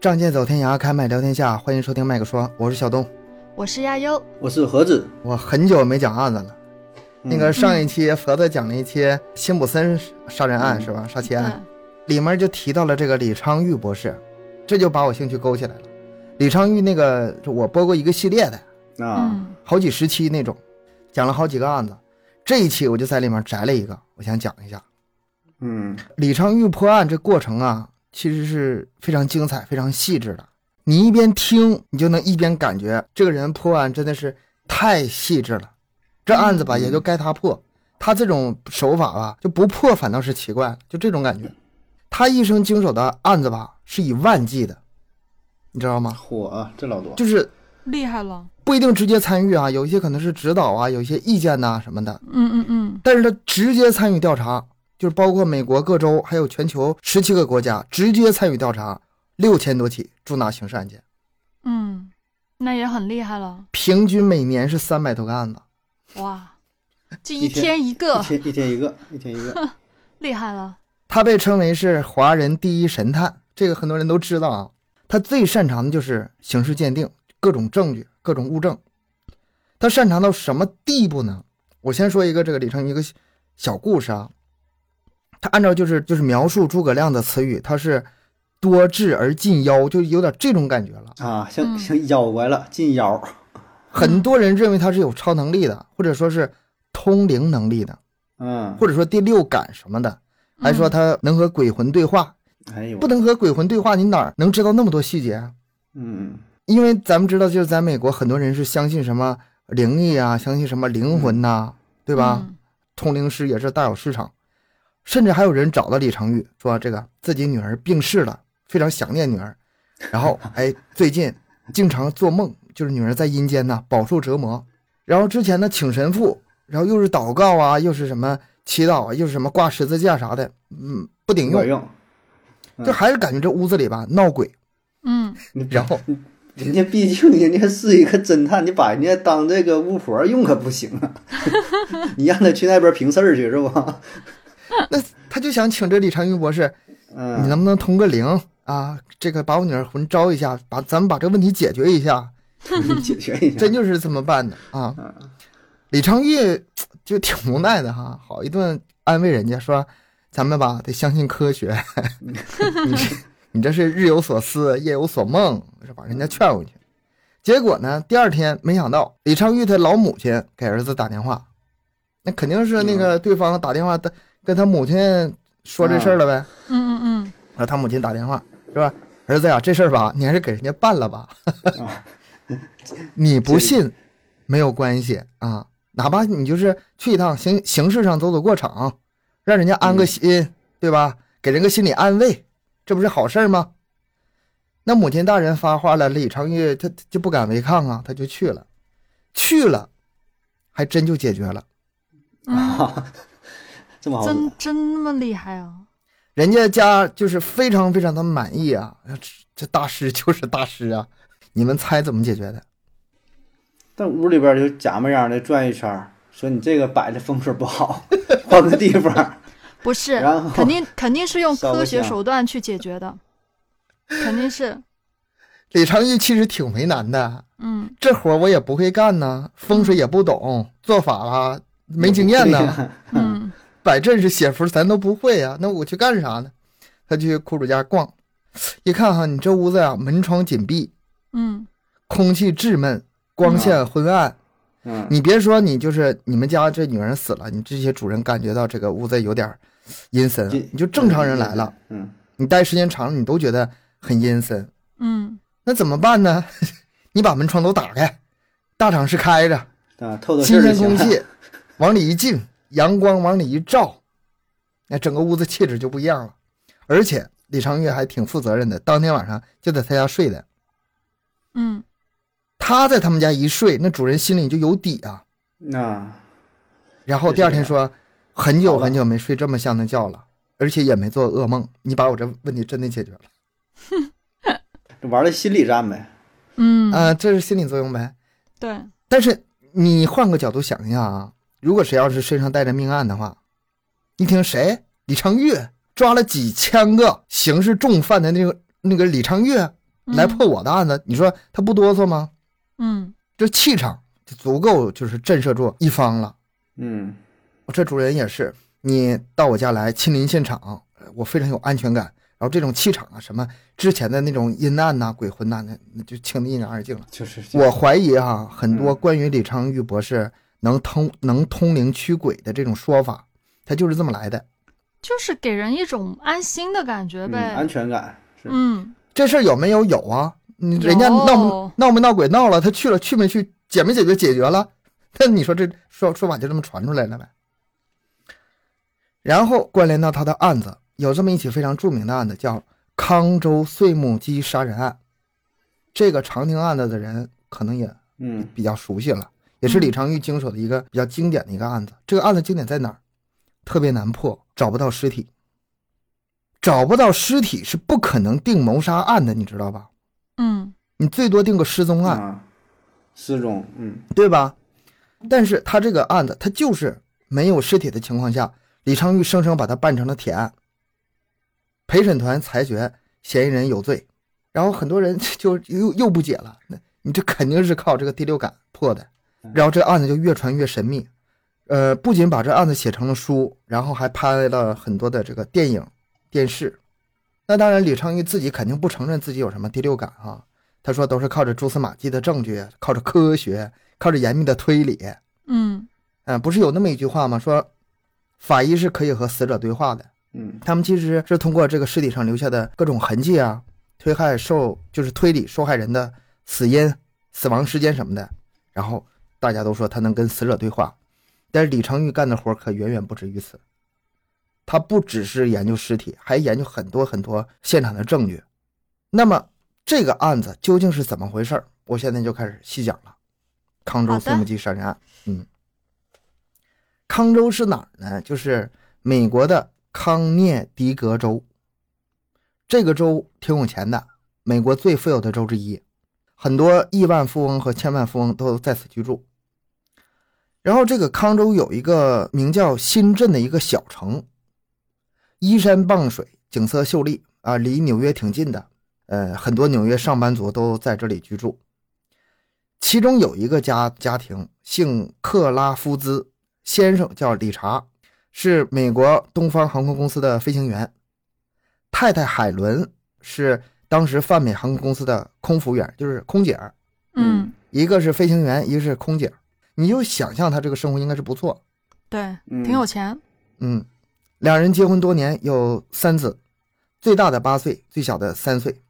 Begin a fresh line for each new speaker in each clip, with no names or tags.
仗剑走天涯，开麦聊天下，欢迎收听麦克说，我是小东。
我是亚优，
我是盒子，
我很久没讲案子了，
嗯
那个上一期佛子讲了一期辛普森杀人案、
嗯
是吧？杀妻
对，
案，里面就提到了这个李昌钰博士，这就把我兴趣勾起来了。李昌钰那个我播过一个系列的，
啊，
嗯，
好几十期那种，讲了好几个案子。这一期我就在里面摘了一个，我想讲一下
嗯
李昌钰破案这过程啊，其实是非常精彩、非常细致的。你一边听，你就能一边感觉这个人破案真的是太细致了。这案子吧，
嗯
也就该他破。他这种手法吧，就不破反倒是奇怪，就这种感觉。他一生经手的案子吧，是以万计的，你知道吗？
火啊，这老多，
就是
厉害了，
不一定直接参与啊，有一些可能是指导啊，有一些意见呐、什么的，
嗯嗯嗯，
但是他直接参与调查，就是包括美国各州，还有全球十七个国家直接参与调查六千多起重大刑事案件，
嗯，那也很厉害了，
平均每年是三百多个案子。
哇，这
一
一
天
天一
一
个，
天一天一个，一天一 个，
厉害了，
他被称为是华人第一神探，这个很多人都知道啊。他最擅长的就是刑事鉴定，各种证据、各种物证。他擅长到什么地步呢？我先说一个这个李成一个小故事啊。他按照就是就是描述诸葛亮的词语，他是多智而近妖，就有点这种感觉了。
啊，像
嗯
像妖怪了，进妖，
很多人认为他是有超能力的，或者说是通灵能力的，
嗯，
或者说第六感什么的，还说他能和鬼魂对话。
哎呦，
不，能和鬼魂对话，你哪儿能知道那么多细节啊？
嗯
因为咱们知道，就是在美国，很多人是相信什么灵异啊，相信什么灵魂呐、
嗯
对
对
吧？？通灵师也是大有市场，甚至还有人找到李成玉说，这个自己女儿病逝了，非常想念女儿，然 后哎，最近经常做梦，就是女儿在阴间呐、饱受折磨。然后之前呢，请神父，然后又是祷告啊，又是什么祈祷啊，又是什么挂十字架啥的，嗯，不顶
不管
用，
用，嗯
就还是感觉这屋子里吧闹鬼。
嗯，
你
然后
人家毕竟人家是一个侦探，你把人家当这个巫婆用可不行 啊，你让他去那边平事儿去是吧？
他就想请这李长云博士，你
嗯，
能不能通个灵啊？这个把我女儿魂招一下，把咱们把这个问题解决一下，
你解决一下
真，就是这么办的啊
嗯！
李昌钰就挺无奈的哈，好一顿安慰人家说，咱们吧得相信科 学，你这你这是日有所思夜有所梦，是把人家劝回去。结果呢，第二天没想到李昌钰他老母亲给儿子打电话，那肯定是那个对方打电话的跟他母亲说这事儿了呗。
嗯嗯嗯，
然后他母亲打电话是吧？儿子呀、这事儿吧，你还是给人家办了吧。 你不信没有关系啊，哪怕你就是去一趟形形式上走走过场，让人家安个心，对吧？给人个心理安慰，这不是好事儿吗？那母亲大人发话了，李昌钰他他就不敢违抗啊，他就去了，去了，还真就解决了。
啊，这么好使，
真真那么厉害啊？
人家家就是非常非常的满意啊，这大师就是大师啊！你们猜怎么解决的？
但屋里边就假模样的转一圈儿，说你这个摆的风水不好，换个地方。
不是
然后，
肯定肯定是用
烧个
科学
香
手段去解决的，肯定是，
李昌钰其实挺为难的，
嗯
这活儿我也不会干呐，风水也不懂，做法啊 没经验
对
呐，
呀
嗯
摆阵势写符咱都不会呀、那我去干啥呢？他去苦主家逛，一看哈，你这屋子呀、门窗紧闭，
嗯
空气质闷，光线昏暗，
嗯，
你别说，你就是你们家这女人死了，你这些主人感觉到这个屋子有点儿阴森
这，
你就正常人来了，，
嗯，
你待时间长了，你都觉得很阴森，
嗯
那怎么办呢？ 你把门窗都打开，大敞是开着，
啊，透透气
新
儿就
鲜空
行了。
气往里一进，阳光往里一照，那整个屋子气质就不一样了。而且李长月还挺负责任的，当天晚上就在他家睡的。
嗯
他在他们家一睡，那主人心里就有底啊。
那
然后
是
第二
这
天
样
说，很久
好了
很久没睡这么香的觉了，而且也没做噩梦。你把我这问题真的解决了，
玩的心理战呗，
嗯，
啊、这是心理作用呗。
对，
但是你换个角度想一下啊，如果谁要是身上带着命案的话，一听谁李昌钰抓了几千个刑事重犯的那个那个李昌钰，来破我的案子，你说他不哆嗦吗？
嗯
这气场就足够，就是震慑住一方了。
嗯
我这主人也是，你到我家来亲临现场，呃我非常有安全感。然后这种气场啊，什么之前的那种阴暗呐、鬼魂呐、那那就清得一干二净了。
就是这样
我怀疑哈、很多关于李昌钰博士能通能通灵驱鬼的这种说法，他就是这么来的。
就是给人一种安心的感觉
嗯
呗
安。全感是
嗯，
这事儿有没有有啊？你人家
有
闹不闹没闹鬼闹了，他去了去没去，解没解决解决了，那你说这说说法就这么传出来了呗。然后关联到他的案子，有这么一起非常著名的案子，叫康州碎木机杀人案。这个长宁案子的人可能也
嗯
比较熟悉了，也是李
嗯
昌钰经手的一个比较经典的一个案子。这个案子经典在哪儿？特别难破，找不到尸体，找不到尸体是不可能定谋杀案的，你知道吧？
嗯
你最多定个失踪案，
啊，失踪嗯
对吧？但是他这个案子，他就是没有尸体的情况下，李昌钰生生把它办成了铁案。陪审团裁决嫌疑人有罪，然后很多人就又又不解了，那你这肯定是靠这个第六感破的。然后这案子就越传越神秘，呃，不仅把这案子写成了书，然后还拍了很多的这个电影、电视。那当然，李昌钰自己肯定不承认自己有什么第六感啊，他说都是靠着蛛丝马迹的证据，靠着科学，靠着严密的推理。
嗯
嗯、不是有那么一句话吗？说法医是可以和死者对话的，
嗯
他们其实是通过这个尸体上留下的各种痕迹啊，推害受就是推理受害人的死因、死亡时间什么的。然后大家都说他能跟死者对话，但是李成玉干的活可远远不止于此，他不只是研究尸体，还研究很多很多现场的证据。那么这个案子究竟是怎么回事儿？我现在就开始细讲了。康州
好的
碎木机杀人案，嗯，康州是哪儿呢？就是美国的康涅狄格州。这个州挺有钱的，美国最富有的州之一，很多亿万富翁和千万富翁都在此居住。然后这个康州有一个名叫新镇的一个小城，依山傍水，景色秀丽啊，离纽约挺近的。呃，很多纽约上班族都在这里居住。其中有一个家家庭姓克拉夫兹，先生叫理查，是美国东方航空公司的飞行员；太太海伦是当时泛美航空公司的空服员，就是空姐儿。
嗯，
一个是飞行员，一个是空姐儿，你就想象他这个生活应该是不错。
对，
嗯
挺有钱。
嗯，两人结婚多年，有三子，最大的八岁，最小的三岁。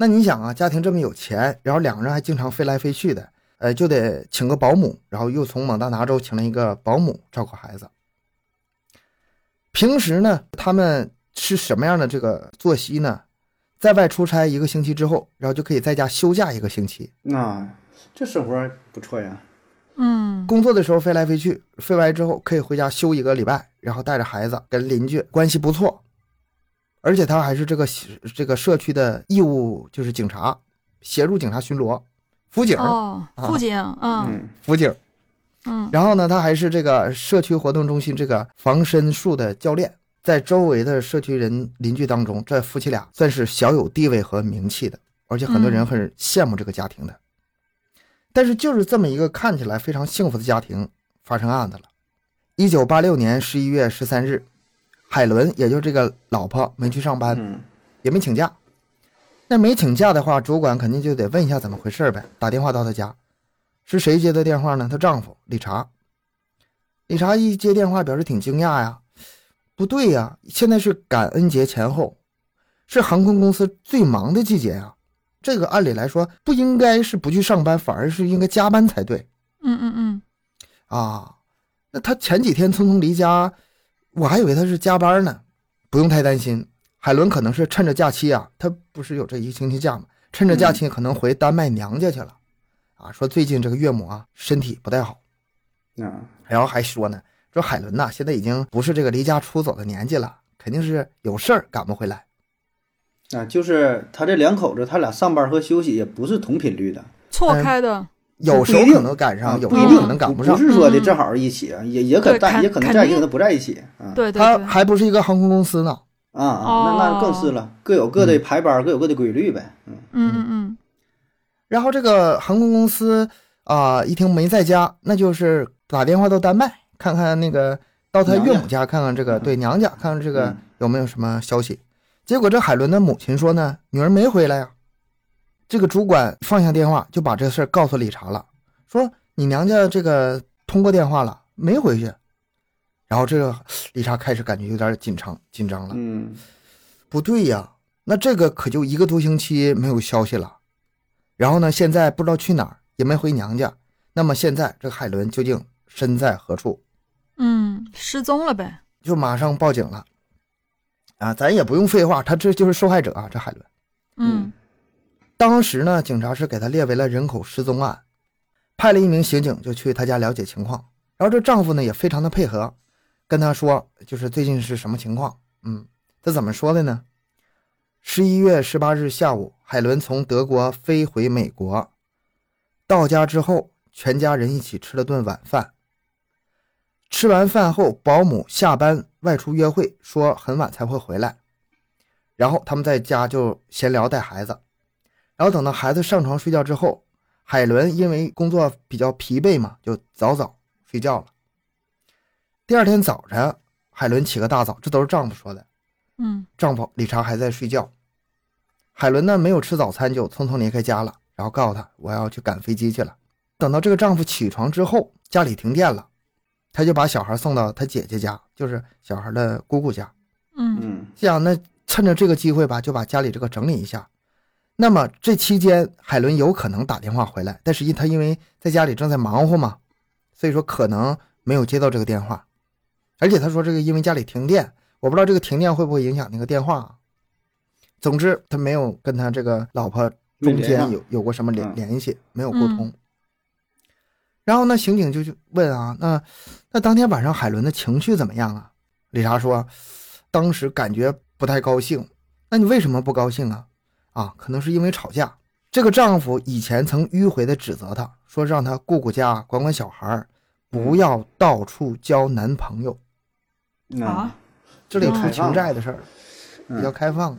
那你想啊，家庭这么有钱，然后两个人还经常飞来飞去的，呃，就得请个保姆，然后又从蒙大拿州请了一个保姆照顾孩子。平时呢，他们是什么样的这个作息呢？在外出差一个星期之后，然后就可以在家休假一个星期。
那、啊这生活不错呀
嗯
工作的时候飞来飞去，飞完之后可以回家休一个礼拜，然后带着孩子跟邻居关系不错，而且他还是这个这个社区的义务就是警察，协助警察巡逻，辅警，
哦，
啊
父亲，嗯
嗯
辅警。
嗯
然后呢，他还是这个社区活动中心这个防身术的教练，在周围的社区人邻居当中，这夫妻俩算是小有地位和名气的，而且很多人
嗯
很羡慕这个家庭的。但是就是这么一个看起来非常幸福的家庭，发生案子了。一九八六年十一月十三日，海伦也就这个老婆没去上班，
嗯
也没请假。那没请假的话，主管肯定就得问一下怎么回事儿呗。打电话到她家，是谁接的电话呢？她丈夫理查。理查一接电话，表示挺惊讶呀，不对呀，现在是感恩节前后，是航空公司最忙的季节呀。这个按理来说不应该是不去上班，反而是应该加班才对
嗯嗯嗯，
啊。那她前几天匆匆离家，我还以为她是加班呢。不用太担心，海伦可能是趁着假期啊，她不是有这一个星期假吗？趁着
嗯
假期可能回丹麦娘家去了，啊，说最近这个岳母啊身体不太好，
啊
然后还说呢，说海伦呐、现在已经不是这个离家出走的年纪了，肯定是有事儿赶不回来。
啊，就是他这两口子，他俩上班和休息也不是同频率的，
错开的，
有时候可能赶
啊
上，有
不
时
一
候
定
可能赶
不
上。
是说的
嗯
正好一起啊，也也可
对
在，
肯
也可能
肯
在，
定
也可能不在一起啊。
对对
他
对，
还不是一个航空公司呢，
啊啊，那那更是
哦
了，各有各
嗯
的排班儿，各有各的规律呗。嗯，
嗯嗯嗯，
然后这个航空公司啊、一听没在家，那就是打电话到丹麦看看那个到他岳母家看看这个对娘家看看这个
嗯
有没有什么消息。结果这海伦的母亲说呢，女儿没回来呀、这个主管放下电话就把这事儿告诉理查了，说你娘家这个通过电话了，没回去。然后这个理查开始感觉有点紧张紧张了。
嗯，
不对呀，那这个可就一个多星期没有消息了。然后呢，现在不知道去哪儿，也没回娘家。那么现在这个海伦究竟身在何处？
嗯，失踪了呗。
就马上报警了。啊，咱也不用废话，他这就是受害者啊，这海伦。
嗯
当时呢，警察是给他列为了人口失踪案，派了一名刑警就去他家了解情况。然后这丈夫呢也非常的配合，跟他说就是最近是什么情况。嗯，他怎么说的呢？十一月十八日下午，海伦从德国飞回美国，到家之后，全家人一起吃了顿晚饭。吃完饭后，保姆下班外出约会，说很晚才会回来。然后他们在家就闲聊带孩子，然后等到孩子上床睡觉之后，海伦因为工作比较疲惫嘛，就早早睡觉了。第二天早晨，海伦起个大早，这都是丈夫说的。
嗯
丈夫理查还在睡觉，海伦呢没有吃早餐就匆匆离开家了，然后告诉他我要去赶飞机去了。等到这个丈夫起床之后，家里停电了，她就把小孩送到她姐姐家，就是小孩的姑姑家。
嗯
嗯
想那趁着这个机会吧，就把家里这个整理一下。那么这期间，海伦有可能打电话回来，但是因他因为在家里正在忙活嘛，所以说可能没有接到这个电话。而且他说这个因为家里停电，我不知道这个停电会不会影响那个电话、啊。总之，他没有跟他这个老婆
没
中
联
间
系
有有过什么联
嗯
联系，没有沟通。然后呢，刑警就去问啊，那那当天晚上海伦的情绪怎么样啊？理查说，当时感觉不太高兴。那你为什么不高兴啊？啊，可能是因为吵架。这个丈夫以前曾迂回的指责她，说让她顾顾家、管管小孩儿，不要到处交男朋友。
那
啊
这里
嗯
出情债的事儿，比较开放。啊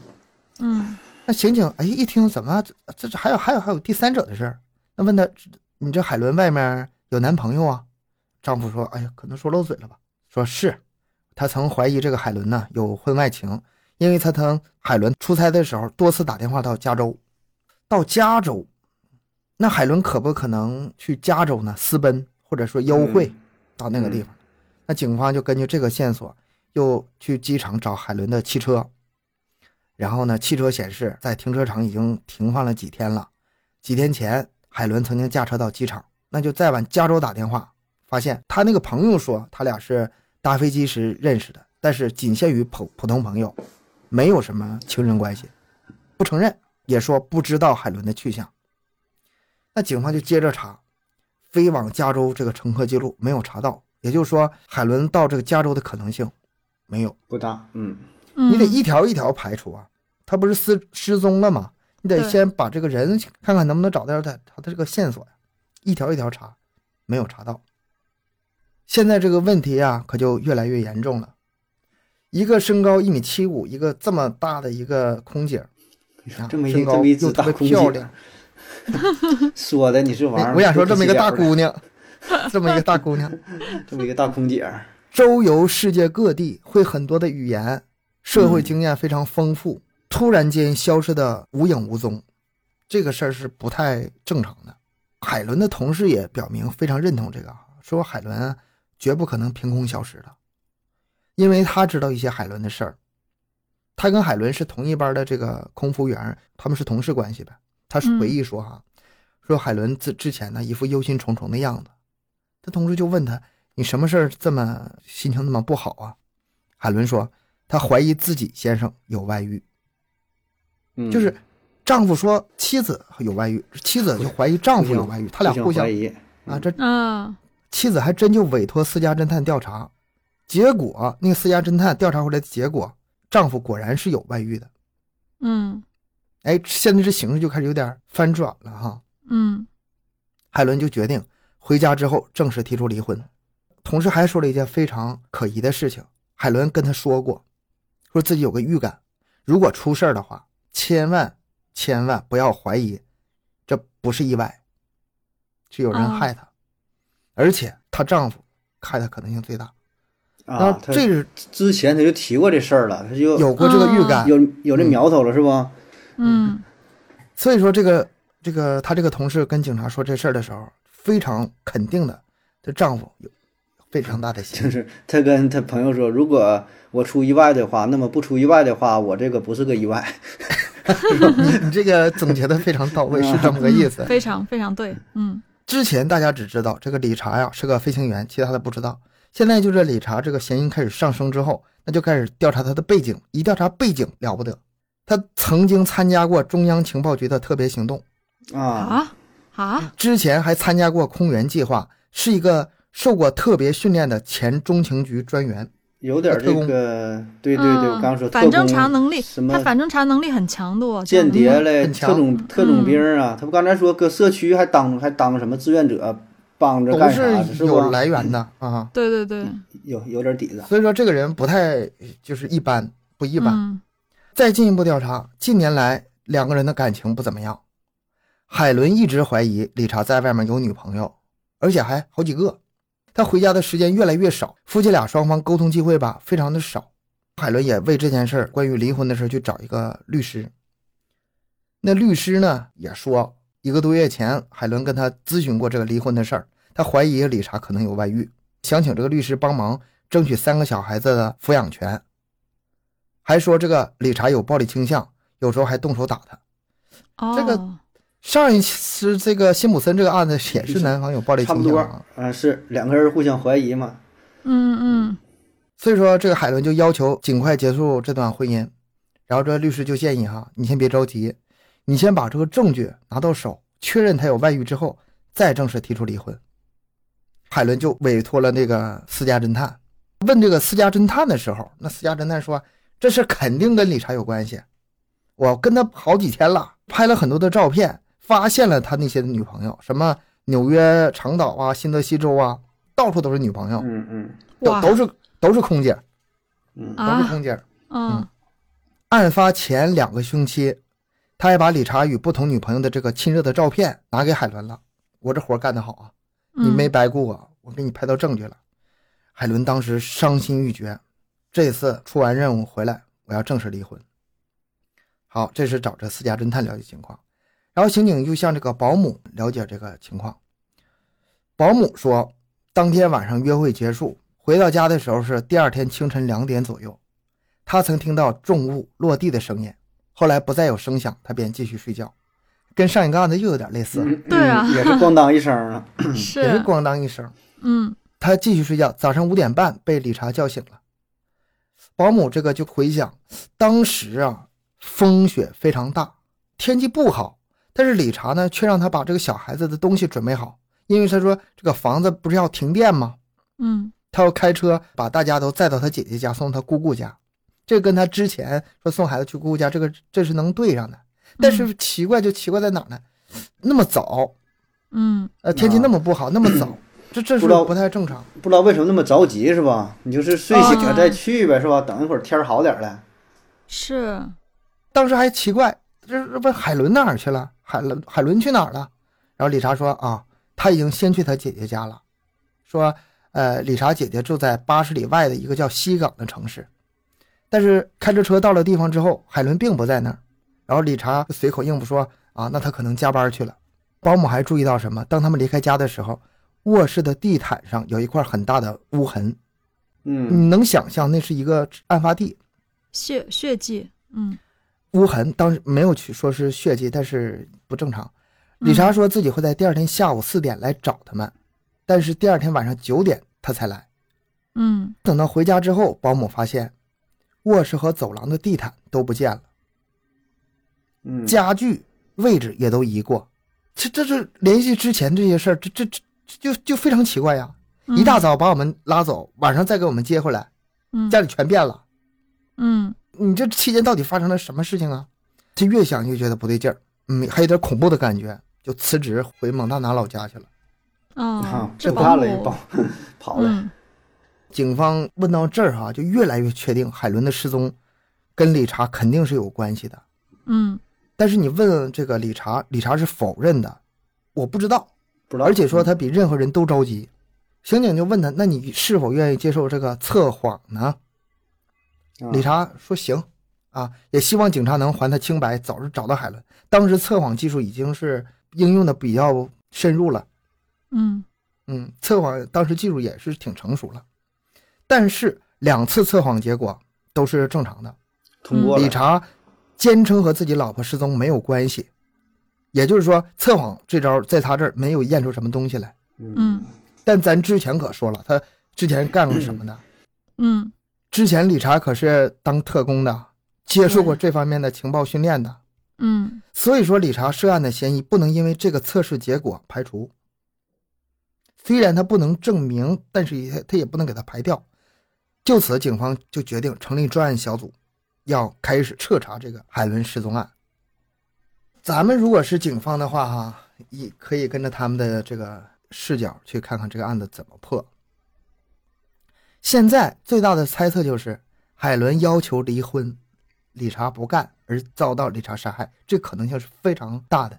嗯
那刑警哎一听，怎么这这这还有还有还有第三者的事儿？那问他，这你这海伦外面有男朋友啊？丈夫说，哎呀，可能说漏嘴了吧？说是，他曾怀疑这个海伦呢有婚外情，因为他曾海伦出差的时候多次打电话到加州，到加州，那海伦可不可能去加州呢私奔或者说幽会？到那个地方。那警方就根据这个线索，又去机场找海伦的汽车。然后呢，汽车显示在停车场已经停放了几天了。几天前，海伦曾经驾车到机场，那就再往加州打电话，发现他那个朋友说他俩是搭飞机时认识的，但是仅限于普普通朋友，没有什么情人关系，不承认，也说不知道海伦的去向。那警方就接着查，飞往加州这个乘客记录没有查到，也就是说，海伦到这个加州的可能性没有。
不大，嗯
嗯，
你得一条一条排除啊。他不是失失踪了吗？你得
对
先把这个人看看能不能找到他他的这个线索呀，一条一条查，没有查到。现在这个问题啊，可就越来越严重了。一个身高一米七五，一个这么大的一个空姐儿，啊
这么一
身
这
高
么一只
又
大
特
空
别
姐
漂亮
儿，， 说的你是玩
哎
儿。啊
我想说这么一个大
空，
姑娘， 这么一个大姑娘，
这么一个大空姐儿，
周游世界各地，会很多的语言，社会经验非常丰富，突然间消失的无影无踪，这个事儿是不太正常的。海伦的同事也表明非常认同这个啊，说海伦啊绝不可能凭空消失的，因为他知道一些海伦的事儿。他跟海伦是同一班的这个空服员，他们是同事关系呗。他
嗯
回忆说哈、说海伦之之前呢一副忧心忡忡的样子，他同事就问他你什么事儿这么心情那么不好啊？海伦说她怀疑自己先生有外遇，
嗯
就是丈夫说妻子有外遇，妻子就怀疑丈夫有外遇，他俩互
互
相
怀疑，
啊，这
嗯
妻子还真就委托私家侦探调查，结果那个私家侦探调查回来的结果，丈夫果然是有外遇的。
嗯
哎，现在这形势就开始有点翻转了哈。
嗯
海伦就决定回家之后正式提出离婚。同时还说了一件非常可疑的事情，海伦跟他说过，说自己有个预感，如果出事儿的话，千万千万不要怀疑，这不是意外，是有人
啊
害她，而且她丈夫害她可能性最大。那
啊，他
这是
之前他就提过这事儿了，他就
有啊过这个预感，
有有这苗头了，是吧？
嗯
所以说这个这个她这个同事跟警察说这事儿的时候，非常肯定的，这丈夫有非常大的嫌疑
就。是他跟他朋友说，如果我出意外的话，那么不出意外的话，我这个不是个意外。
你你这个总结的非常到位，是这么个意思。
非常非常对，嗯
之前大家只知道这个理查呀是个飞行员，其他的不知道。现在就这理查这个嫌疑开始上升之后，那就开始调查他的背景。一调查背景了不得，他曾经参加过中央情报局的特别行动，
啊，
啊啊
之前还参加过空援计划，是一个受过特别训练的前中情局专员。
有点这
特工
个，对对对，
嗯
我刚刚说特
反正
工
查能力，
什
他
么
反正查能力很强的哦，
间
这样
谍
的
嘞、
嗯很强
特种特种兵啊，他不刚才说搁社区还当还当什么志愿者，帮着
都
干啥的，
是
是
有
不？
来源的啊，
对对对，
有有点底子，
所以说这个人不太就是一般，不一般。
嗯
再进一步调查，近年来两个人的感情不怎么样。海伦一直怀疑理查在外面有女朋友，而且还好几个。他回家的时间越来越少，夫妻俩双方沟通机会吧非常的少。海伦也为这件事儿，关于离婚的事儿去找一个律师。那律师呢也说，一个多月前海伦跟他咨询过这个离婚的事儿，他怀疑理查可能有外遇，想请这个律师帮忙争取三个小孩子的抚养权。还说这个理查有暴力倾向，有时候还动手打他。
哦，
这个上一次这个辛普森这个案子也是男方有暴力
差不
倾
多
向
啊
啊，，
是两个人互相怀疑嘛。
嗯嗯
所以说这个海伦就要求尽快结束这段婚姻。然后这律师就建议哈，你先别着急，你先把这个证据拿到手，确认他有外遇之后，再正式提出离婚。海伦就委托了那个私家侦探。问这个私家侦探的时候，那私家侦探说这事肯定跟理查有关系，我跟他好几天了，拍了很多的照片，发现了他那些女朋友，什么纽约长岛啊、新泽西州啊，到处都是女朋友，
嗯嗯
都
哇
都是都是空姐，
嗯
都是
啊
空姐。
嗯
案发前两个星期，他还把理查与不同女朋友的这个亲热的照片拿给海伦了。我这活干得好啊，你
嗯
没白雇我，我给你拍到证据了。海伦当时伤心欲绝，这次出完任务回来，我要正式离婚。好，这是找这私家侦探了解情况，然后刑警又向这个保姆了解这个情况。保姆说，当天晚上约会结束，回到家的时候是第二天清晨两点左右，他曾听到重物落地的声音，后来不再有声响，他便继续睡觉，跟上一个案子又有点类似，
嗯，
对啊
嗯也是咣当一声啊，
是
也是咣当一声。
嗯
他继续睡觉，早上五点半被理查叫醒了。保姆这个就回想，当时啊风雪非常大，天气不好，但是理查呢却让他把这个小孩子的东西准备好，因为他说这个房子不是要停电吗？
嗯
他要开车把大家都载到他姐姐家，送到他姑姑家。这跟他之前说送孩子去姑姑家，这个这是能对上的。但是奇怪就奇怪在哪儿呢？那么早，
嗯
呃，天气那么不好，那么早，这这是
啊不知道
不太正常。
不知道为什么那么着急是吧？你就是睡醒了
啊
再去呗，是吧？等一会儿天儿好点儿了，
是
当时还奇怪，这这不海伦哪儿去了？海伦海伦去哪儿了？然后理查说啊，他已经先去他姐姐家了，说呃，理查姐姐住在八十里外的一个叫西港的城市，但是开着车到了地方之后，海伦并不在那儿。然后理查就随口应付说啊，那他可能加班去了。保姆还注意到什么？当他们离开家的时候，卧室的地毯上有一块很大的污痕，
嗯
你能想象那是一个案发地。
血血迹，嗯
污痕，当时没有去说是血迹，但是不正常。
嗯
理查说自己会在第二天下午四点来找他们，但是第二天晚上九点他才来。
嗯
等到回家之后，保姆发现卧室和走廊的地毯都不见了，
嗯，
家具位置也都移过。这这这联系之前这些事儿，这这这这就就非常奇怪呀！
嗯
一大早把我们拉走，晚上再给我们接回来，
嗯
家里全变了。
嗯
你这期间到底发生了什么事情啊？这越想越觉得不对劲儿，嗯，还有点恐怖的感觉，就辞职回蒙大拿老家去了。
哦
啊，，
这
不干
保
了，
姆
跑跑了，
嗯
警方问到这儿哈、就越来越确定海伦的失踪跟理查肯定是有关系的。
嗯
但是你问这个理查，理查是否认的，我不知道，
不知道。
而且说他比任何人都着急。刑警就问他：“那你是否愿意接受这个测谎呢？”
啊
理查说：“行。”啊，也希望警察能还他清白，早日找到海伦。当时测谎技术已经是应用的比较深入了，
嗯
嗯，测谎当时技术也是挺成熟了，但是两次测谎结果都是正常的。
通过了
理查坚称和自己老婆失踪没有关系，也就是说，测谎这招在他这儿没有验出什么东西来。
嗯
但咱之前可说了，他之前干过什么的？
嗯
之前理查可是当特工的，接受过这方面的情报训练的，
嗯
所以说理查涉案的嫌疑不能因为这个测试结果排除。虽然他不能证明，但是也他也不能给他排掉。就此，警方就决定成立专案小组，要开始彻查这个海伦失踪案。咱们如果是警方的话，哈，也可以跟着他们的这个视角去看看这个案子怎么破。现在最大的猜测就是海伦要求离婚，理查不干而遭到理查杀害，这可能性是非常大的。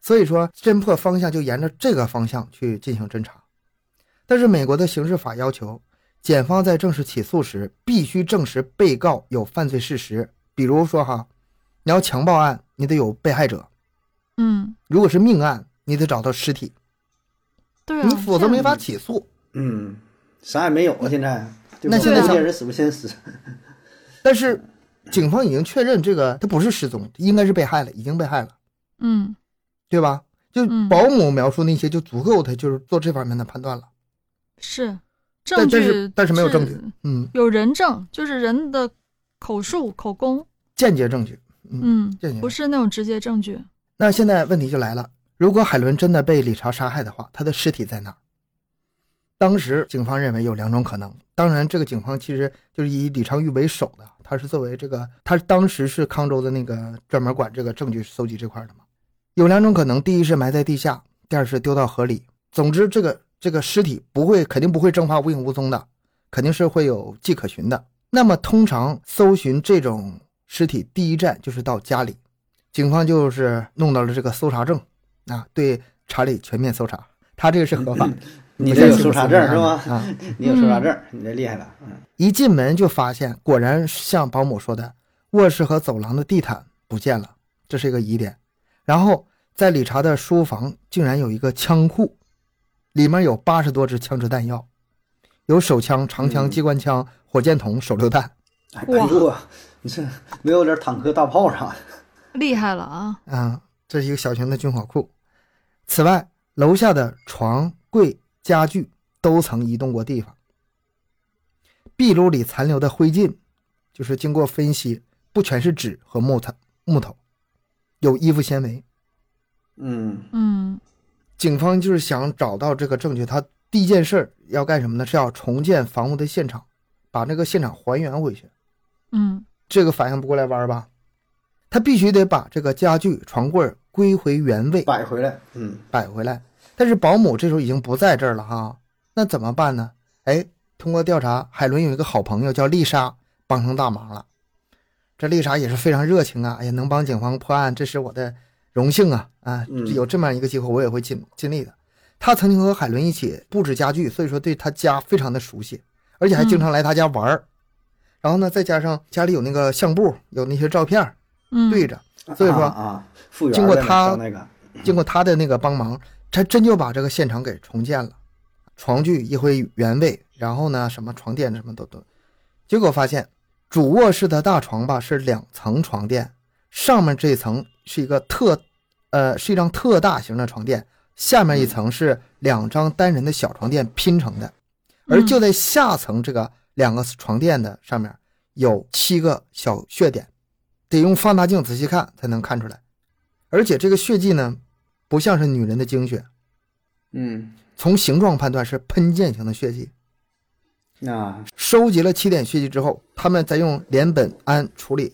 所以说，侦破方向就沿着这个方向去进行侦查。但是美国的刑事法要求，检方在正式起诉时必须证实被告有犯罪事实，比如说哈，你要强暴案，你得有被害者；
嗯，
如果是命案，你得找到尸体，
对啊，
你否
这
则
样
没法起诉。
嗯，啥也没有啊，现在。对吧
那
现在
这些
想
人死不先死，
但是，警方已经确认这个他不是失踪，应该是被害了，已经被害了。
嗯
对吧？就
嗯
保姆描述那些就足够他就是做这方面的判断了。
是
但
证
但
据
是但是没有证
是
据，嗯，
有人证，就是人的口述口供，
间接证据。
嗯
这样，
不是那种直接证据，
那现在问题就来了，如果海伦真的被理查杀害的话，他的尸体在哪儿？当时警方认为有两种可能，当然这个警方其实就是以李昌钰为首的，他是作为这个他当时是康州的那个专门管这个证据搜集这块儿的嘛。有两种可能，第一是埋在地下，第二是丢到河里。总之，这个这个尸体不会肯定不会蒸发无影无踪的，肯定是会有迹可循的。那么通常搜寻这种尸体，第一站就是到家里，警方就是弄到了这个搜查证，啊，对查理全面搜查，他这个是合法的。
嗯你
不
这有
像
搜查证是
刑
吧
法？啊，
你有搜查证，你这厉害了。嗯
一进门就发现，果然像保姆说的，卧室和走廊的地毯不见了，这是一个疑点。然后在理查的书房竟然有一个枪库，里面有八十多支枪支弹药，有手枪、长枪、
嗯
机关枪、火箭筒、手榴弹。
哎
哇
呦，你这 没有点坦克大炮啊啥的？
厉害了啊！
啊，这是一个小型的军火库。此外，楼下的床柜、家具都曾移动过地方。壁炉里残留的灰烬，就是经过分析，不全是纸和木头，木头有衣服纤维。
嗯，
嗯
警方就是想找到这个证据，他第一件事儿要干什么呢？是要重建房屋的现场，把那个现场还原回去。
嗯
这个反应不过来弯儿吧？他必须得把这个家具、床柜儿归回原位，
摆回来。嗯，
摆回来。但是保姆这时候已经不在这儿了哈，那怎么办呢？哎，通过调查，海伦有一个好朋友叫丽莎，帮上大忙了。这丽莎也是非常热情啊，哎呀，能帮警方破案，这是我的荣幸啊啊！
嗯
有这么一个机会，我也会尽尽力的。她曾经和海伦一起布置家具，所以说对她家非常的熟悉，而且还经常来她家玩儿。然后呢，再加上家里有那个相簿，有那些照片儿
嗯，
对着，所以说
啊啊，复原
经过
了
他
上那个，
经过他的那个帮忙，才真就把这个现场给重建了，床具一回原位，然后呢，什么床垫什么都都，结果发现主卧室的大床吧是两层床垫，上面这层是一个特，呃，是一张特大型的床垫，下面一层是两张单人的小床垫拼成的，而就在下层这个两个床垫的上面有七个小血点，得用放大镜仔细看才能看出来。而且这个血迹呢，不像是女人的精血，
嗯，
从形状判断是喷溅型的血迹。
那
收集了七点血迹之后，他们再用联苯胺处理，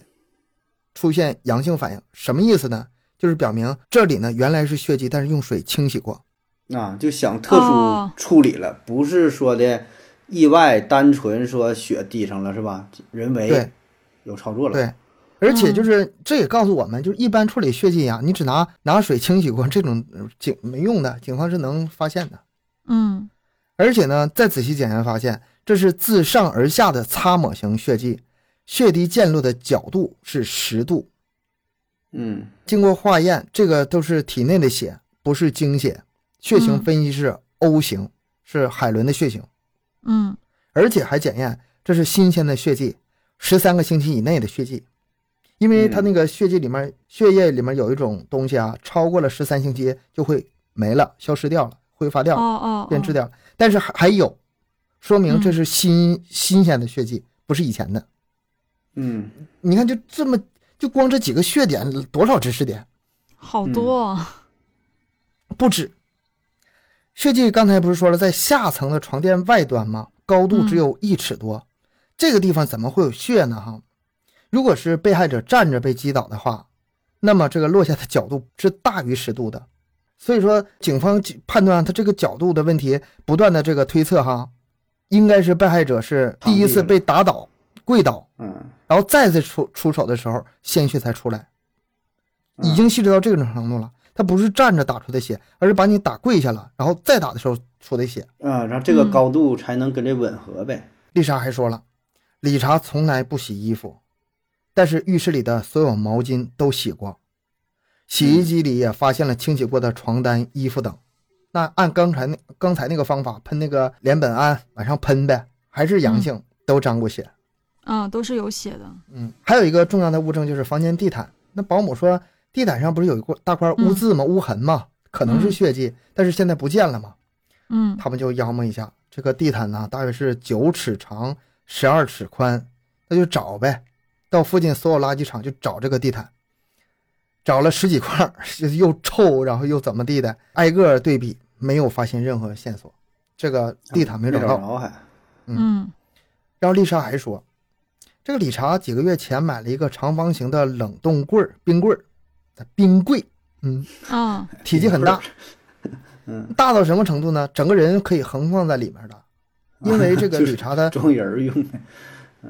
出现阳性反应，什么意思呢？就是表明这里呢原来是血迹，但是用水清洗过。
啊，就想特殊
哦
处理了，不是说的意外，单纯说血滴上了是吧？人为
对，
有操哎作了。
对，而且就是这也告诉我们，就是一般处理血迹呀、你只拿拿水清洗过这种呃警没用的，警方是能发现的。
嗯
而且呢，再仔细检查发现，这是自上而下的擦抹型血迹，血滴溅落的角度是十度。
嗯
经过化验，这个都是体内的血，不是经血。血型分析是 O 型，是海伦的血型，
嗯
而且还检验这是新鲜的血迹，十三个星期以内的血迹，因为
嗯
它那个血迹里面、血液里面有一种东西啊，超过了十三星期就会没了，消失掉了，挥发掉
哦
了。
哦，
变质
的
掉了，但是还还有，说明这
嗯
是新、新鲜的血迹，不是以前的。
嗯，
你看，就这么就光这几个血点，多少知识点
好
嗯
多，啊
不止。血迹刚才不是说了，在下层的床垫外端吗？高度只有一尺多，这个地方怎么会有血呢？哈，如果是被害者站着被击倒的话，那么这个落下的角度是大于十度的。所以说，警方判断他这个角度的问题，不断的这个推测哈，应该是被害者是第一次被打倒、跪倒，
嗯，
然后再次出出手的时候，鲜血才出来，已经细致到这种程度了。他不是站着打出的血，而是把你打跪下了，然后再打的时候出的血。
啊，然后这个
嗯
高度才能跟这吻合呗。
丽莎还说了，理查从来不洗衣服，但是浴室里的所有毛巾都洗过，洗衣机里也发现了清洗过的床单、衣服等。那按刚才那刚才那个方法喷那个联苯胺，往上喷呗，还是阳性，都沾过血。
嗯，都是有血的，
嗯，还有一个重要的物证就是房间地毯。那保姆说，地毯上不是有一块大块污渍吗？污痕吗？可能是血迹，但是现在不见了嘛。
嗯
他们就央摸一下这个地毯呢，大约是九尺长，十二尺宽，那就找呗，到附近所有垃圾场就找这个地毯，找了十几块儿，就是又臭，然后又怎么地的，挨个儿对比，没有发现任何线索，这个地毯没找
找
到。
着还，
嗯
然后丽莎还说，这个理查几个月前买了一个长方形的冷冻柜儿、冰柜儿，冰柜，嗯，
啊
体积很大，
嗯，
大到什么程度呢？整个人可以横放在里面的。因 为这个
嗯就是
理查他
装人儿用的。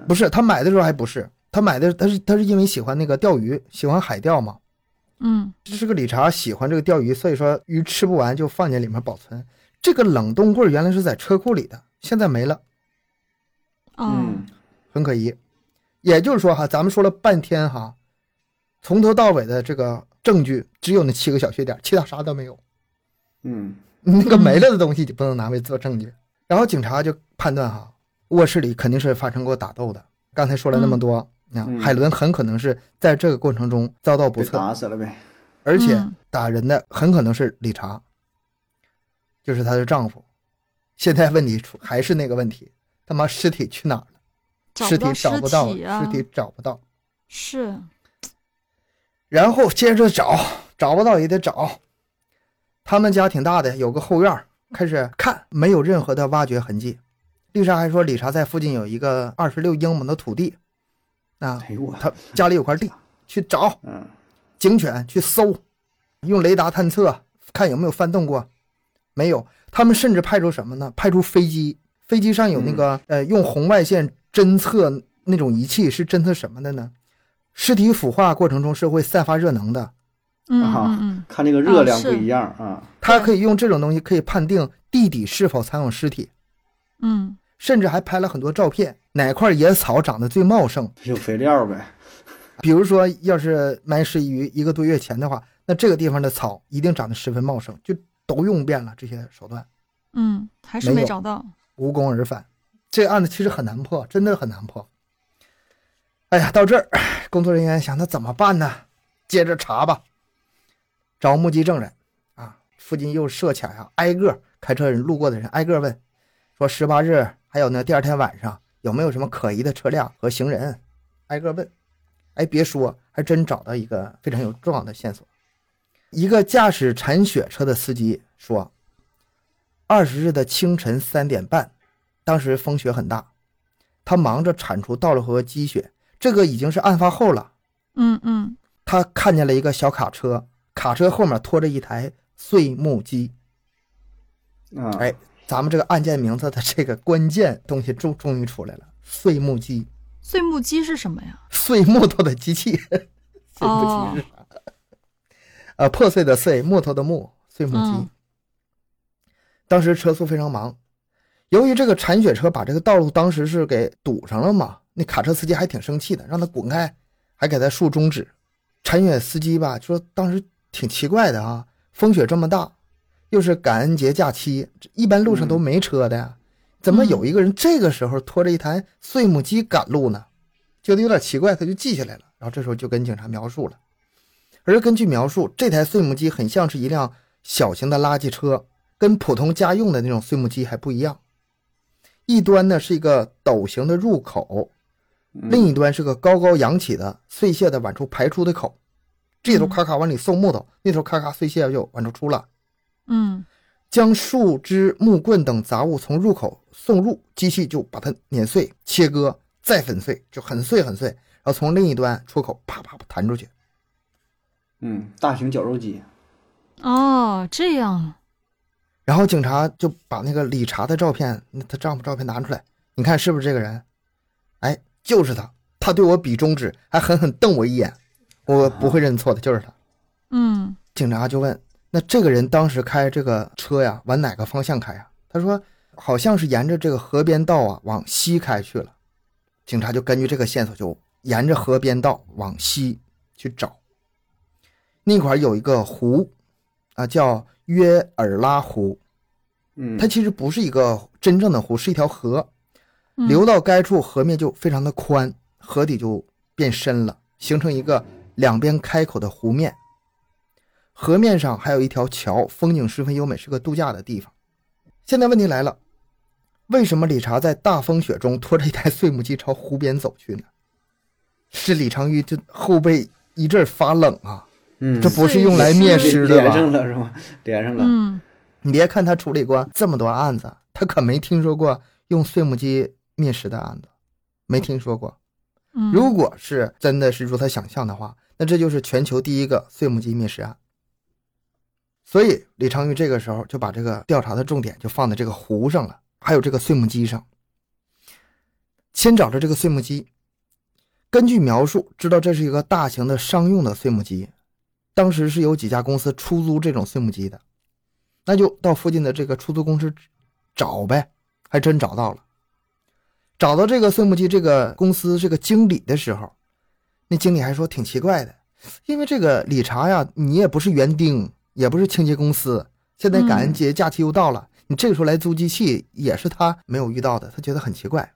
不是他买的时候还不是，他买的他是他是因为喜欢那个钓鱼，喜欢海钓嘛。
嗯
这个理查喜欢这个钓鱼，所以说鱼吃不完就放进里面保存。这个冷冻柜儿原来是在车库里的，现在没了。
哦
嗯，
很可疑。也就是说哈，咱们说了半天哈，从头到尾的这个证据只有那七个小缺点，其他啥都没有。
嗯
那个没了的东西就不能拿为做证据。然后警察就判断哈，卧室里肯定是发生过打斗的。刚才说了那么多，啊，
嗯
海伦很可能是在这个过程中遭到不
被
测，
打死了呗。
而且
嗯
打人的很可能是理查，就是她的丈夫。现在问题出还是那个问题，他妈尸体去哪儿了？
找
尸
不
体
到
找
尸
不到，
体啊
尸体找不到。
是
然后接着找，找不到也得找。他们家挺大的，有个后院儿，开始看，没有任何的挖掘痕迹。丽莎还说，理查在附近有一个二十六英亩的土地，啊，
哎呦我，
他家里有块地，去找
嗯
警犬去搜，用雷达探测看有没有翻动过，没有。他们甚至派出什么呢？派出飞机，飞机上有那个、呃，用红外线侦测那种仪器，是侦测什么的呢？尸体腐化过程中是会散发热能的，
嗯
啊
嗯嗯，
看这个热量
啊
不
是
一样啊。
他可以用这种东西可以判定地底是否藏有尸体，
嗯
甚至还拍了很多照片，哪块野草长得最茂盛。
有肥料呗。
比如说，要是埋尸于一个多月前的话，那这个地方的草一定长得十分茂盛，就都用遍了这些手段，
嗯，还是
没
没
有
找到，
无功而返。这个案子其实很难破，真的很难破。哎呀，到这儿，工作人员想，那怎么办呢？接着查吧，找目击证人啊，附近又设卡呀，挨个开车人路过的人挨个问，说十八日还有呢，第二天晚上有没有什么可疑的车辆和行人，挨个问。哎，别说，还真找到一个非常有重要的线索。一个驾驶铲雪车的司机说，二十日的清晨三点半，当时风雪很大，他忙着铲除道路和积雪，这个已经是案发后了。
嗯嗯
他看见了一个小卡车，卡车后面拖着一台碎木机。
啊，
哎，咱们这个案件名字的这个关键东西终终于出来了，碎木机。
碎木机是什么呀？
碎木头的机器， 碎木
哦
机是啥？呃，破碎的碎，木头的木，碎木机。
嗯
当时车速非常忙，由于这个铲雪车把这个道路当时是给堵上了嘛，那卡车司机还挺生气的，让他滚开，还给他竖中指。铲雪司机吧，说当时挺奇怪的啊，风雪这么大，又是感恩节假期，一般路上都没车的呀，怎么有一个人这个时候拖着一台碎木机赶路呢？觉得有点奇怪，他就记下来了。然后这时候就跟警察描述了，而根据描述，这台碎木机很像是一辆小型的垃圾车，跟普通家用的那种碎木机还不一样。一端呢是一个斗形的入口，另一端是个高高扬起的碎屑的往出排出的口，这头咔咔往里送木头，那头咔咔碎屑就往出出了。
嗯
将树枝、木棍等杂物从入口送入，机器就把它碾碎、切割、再粉碎，就很碎很碎，然后从另一端出口啪啪啪弹出去。
嗯，大型绞肉机，
哦，这样
然后警察就把那个理查的照片，那她丈夫照片拿出来，你看是不是这个人？哎，就是他，他对我比中指，还狠狠瞪我一眼，我不会认错的，就是他。
嗯
警察就问：“那这个人当时开这个车呀，往哪个方向开呀？”他说：“好像是沿着这个河边道啊，往西开去了。”警察就根据这个线索，就沿着河边道往西去找。那块儿有一个湖，啊，叫约尔拉湖，
嗯，
它其实不是一个真正的湖，是一条河。
嗯
流到该处，河面就非常的宽，河底就变深了，形成一个两边开口的湖面。河面上还有一条桥，风景十分优美，是个度假的地方。现在问题来了，为什么理查在大风雪中拖着一台碎木机朝湖边走去呢？是李长玉这后背一阵发冷啊！
嗯，
这不是用来灭尸的
连
吧？
上了是吗？ 连上了，
嗯
你别看他处理过这么多案子，他可没听说过用碎木机灭尸的案子，没听说过。
嗯，
如果是真的是如他想象的话，那这就是全球第一个碎木机灭尸案。所以李昌钰这个时候就把这个调查的重点就放在这个湖上了，还有这个碎木机上。先找着这个碎木机，根据描述知道这是一个大型的商用的碎木机，当时是有几家公司出租这种碎木机的，那就到附近的这个出租公司找呗，还真找到了。找到这个碎木机这个公司这个经理的时候，那经理还说挺奇怪的，因为这个理查呀，你也不是园丁，也不是清洁公司，现在感恩节假期又到了，你这个时候来租机器也是他没有遇到的，他觉得很奇怪。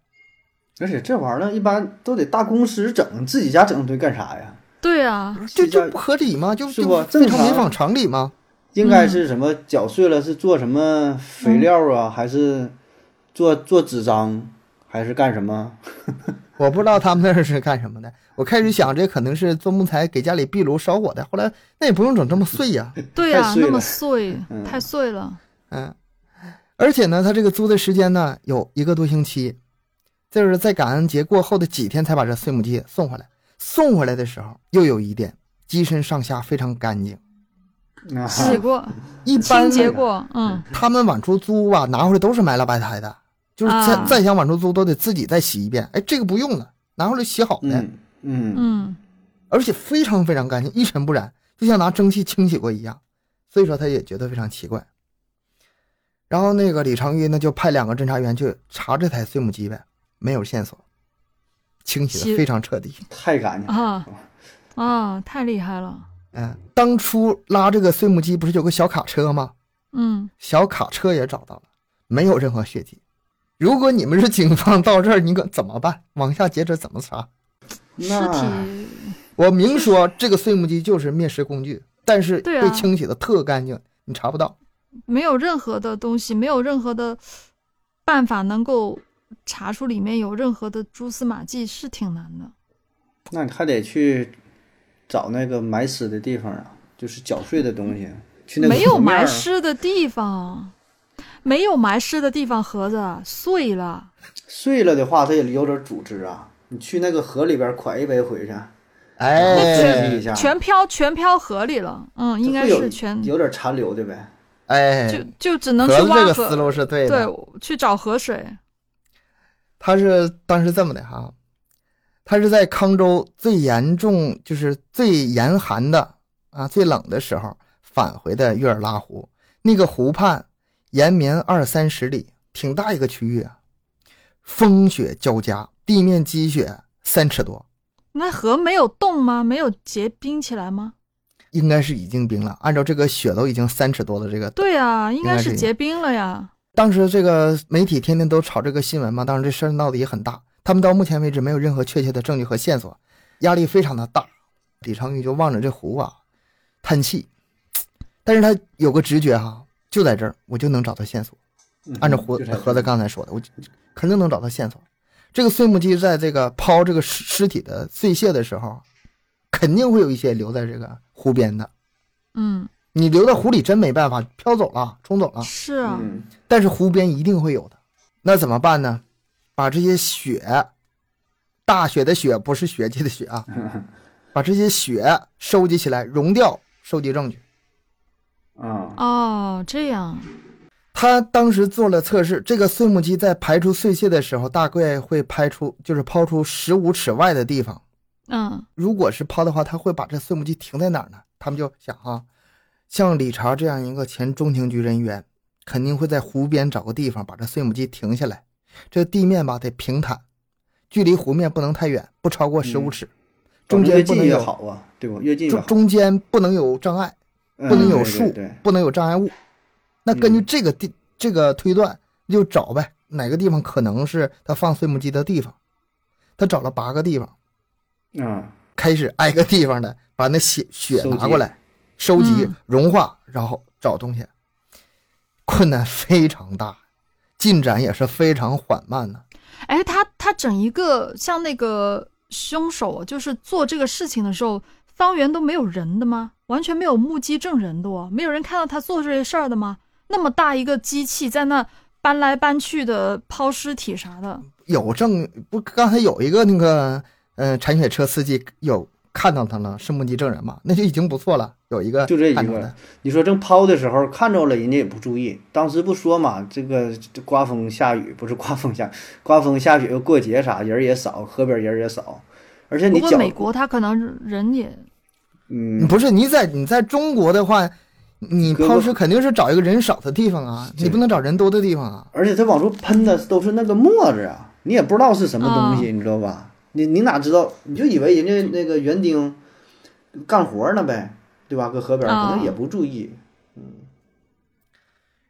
而且这玩意儿一般都得大公司整，自己家整这干啥呀？
对啊，
这
自己家
这不合理吗？就是就
不
非
正
常
常
违反常理吗？
应该是什么绞碎了是做什么肥料啊，还是做做纸张，还是干什么？
我不知道他们那儿是干什么的。我开始想，这可能是做木材给家里壁炉烧火的。后来那也不用整这么碎呀、
对
太
啊，
碎
那么
了
碎，
嗯
太碎了，
嗯，而且呢，他这个租的时间呢有一个多星期，就是在感恩节过后的几天才把这碎母鸡送回来。送回来的时候，又有一点，机身上下非常干净。
啊，
洗过，
一般
清洁过，嗯
他们往出租啊，拿回来都是埋了白胎的，就是再、
啊
再想往出租都得自己再洗一遍。哎，这个不用了，拿回来洗好的，
嗯嗯，
嗯
而且非常非常干净，一尘不染，就像拿蒸汽清洗过一样。所以说，他也觉得非常奇怪。然后那个李长玉呢，就派两个侦查员去查这台碎木机呗，没有线索，清洗
洗
的非常彻底。
太干净了。
啊啊，太厉害了，
嗯，当初拉这个碎木机不是有个小卡车吗？
嗯
小卡车也找到了，没有任何血迹。如果你们是警方，到这儿你可怎么办？往下接着怎么查？
尸
那
体
我明说这个碎木机就是灭尸工具，但是
对啊
被清洗的特干净，你查不到。
没有任何的东西，没有任何的办法能够查出里面有任何的蛛丝马迹，是挺难的。
那你还得去找那个埋尸的地方啊，就是绞碎的东西，去那个
没有
湖面儿
埋
啊，
尸的地方，没有埋尸的地方，盒子碎了。
碎了的话，它也有点组织啊。你去那个河里边蒯一杯回去，
哎
记一下，
全漂全漂河里了，嗯，应该
会有
是全，
有点残留的呗。
哎，
就就只能
盒
去
子这
挖
个思
河，
路是对的。
对，去找河水，
他是当时这么的哈，它是在康州最严重，就是最严寒的啊，最冷的时候返回的月尔拉湖。那个湖畔延绵二三十里，挺大一个区域啊，风雪交加，地面积雪三尺多，
那河没有冻吗？没有结冰起来吗？
应该是已经冰了。按照这个雪都已经三尺多的这个，
对啊，应
该
该
是
是
有
结冰了呀。
当时这个媒体天天都炒这个新闻嘛，当时这事儿闹得也很大。他们到目前为止没有任何确切的证据和线索，压力非常的大。李成宇就望着这湖啊，叹气，但是他有个直觉哈、就在这儿，我就能找到线索。
嗯
按照胡
就差
盒子刚才说的，我就肯定能找到线索。这个碎木机在这个抛这个尸尸体的碎屑的时候，肯定会有一些留在这个湖边的。
嗯，
你留在湖里真没办法，飘走了，冲走了。
是啊，
嗯
但是湖边一定会有的。那怎么办呢？把这些雪，大雪的雪不是血迹的雪啊，把这些雪收集起来，融掉，收集证据。
啊，
哦，这样，
他当时做了测试，这个碎木机在排出碎屑的时候，大概会排出，就是抛出十五尺外的地方。
嗯
如果是抛的话，他会把这碎木机停在哪儿呢？他们就想啊，像理查这样一个前中情局人员，肯定会在湖边找个地方把这碎木机停下来。这地面吧得平坦，距离湖面不能太远，不超过十五
嗯
尺，
反
中
正越
间不
近
能
越
有
好啊，对吧？越近越
中
好，
中间不能有障碍，
不
不能有
嗯对
树
对对，
不能有障碍物。那根据
嗯
这个地这个推断，就找呗，哪个地方可能是他放碎木机的地方？他找了八个地方，
啊，
开始挨个地方的把那血血
收集
拿过来，收集、
嗯
融化，然后找东西，困难非常大，进展也是非常缓慢的。
哎，他他整一个像那个凶手，就是做这个事情的时候，方圆都没有人的吗？完全没有目击证人的哦，没有人看到他做这些事儿的吗？那么大一个机器在那搬来搬去的抛尸体啥的，
有证不？刚才有一个那个嗯、呃铲雪车司机有看到他了，是目击证人嘛？那就已经不错了，有一个
就这一
看到
个
的。，
你说正抛的时候看着了，人家也不注意。当时不说嘛，这个这刮风下雨不是刮风下，刮风下雪又过节啥，人也少，河边人也少，而且
不
你
过
脚，
美国他可能人也
你
嗯，
不是你在你在中国的话，你
胳膊
抛尸肯定是找一个人少的地方啊，你不能找人多的地方啊。
而且它往出喷的都是那个沫子啊，你也不知道是什么东西，你知道吧？你你哪知道？你就以为人家那个园丁干活呢呗，对吧？搁河边
啊
可能也不注意，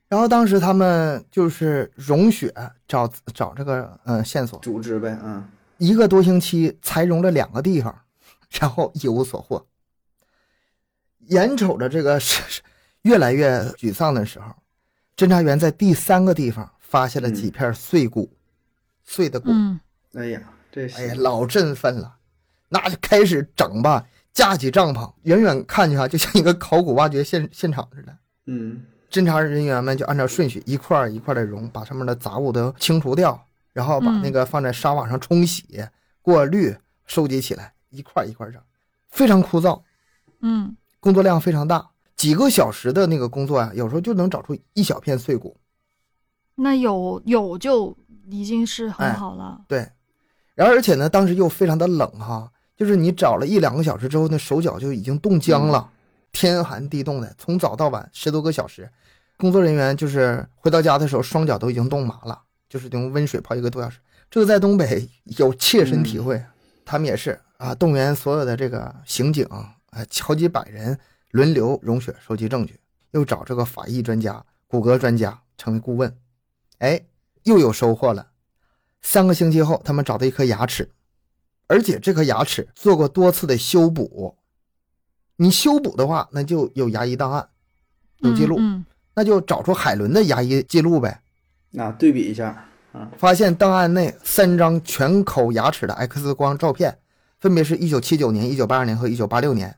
然后当时他们就是融雪找找这个呃线索，
组织呗，嗯
一个多星期才融了两个地方，然后一无所获。眼瞅着这个是是越来越沮丧的时候，侦查员在第三个地方发现了几片碎骨，碎的骨，
嗯
哎呀，这
哎呀，老振奋了，那就开始整吧，架起帐篷，远远看去啊哈、就像一个考古挖掘现现场似的。
嗯
侦查人员们就按照顺序一块儿一块儿的融，把上面的杂物都清除掉，然后把
嗯
那个放在沙瓦上冲洗、过滤、收集起来，一块儿一块儿整，非常枯燥，
嗯，
工作量非常大。几个小时的那个工作啊，有时候就能找出一小片碎骨。
那有有就已经是很
哎
好了。
对，然后而且呢，当时又非常的冷哈，就是你找了一两个小时之后，那手脚就已经冻僵了，天寒地冻的，从早到晚十多个小时，工作人员就是回到家的时候，双脚都已经冻麻了，就是用温水泡一个多小时，这个在东北 有切身体会，他们也是啊，动员所有的这个刑警啊，好几百人轮流融雪收集证据，又找这个法医专家、骨骼专家成为顾问，哎，又有收获了。三个星期后，他们找到一颗牙齿，而且这颗牙齿做过多次的修补。你修补的话，那就有牙医档案，有记录，
嗯
那就找出海伦的牙医记录呗。
啊，对比一下，
发现档案内三张全口牙齿的 X 光照片，分别是一九七九年、一九八二年和一九八六年。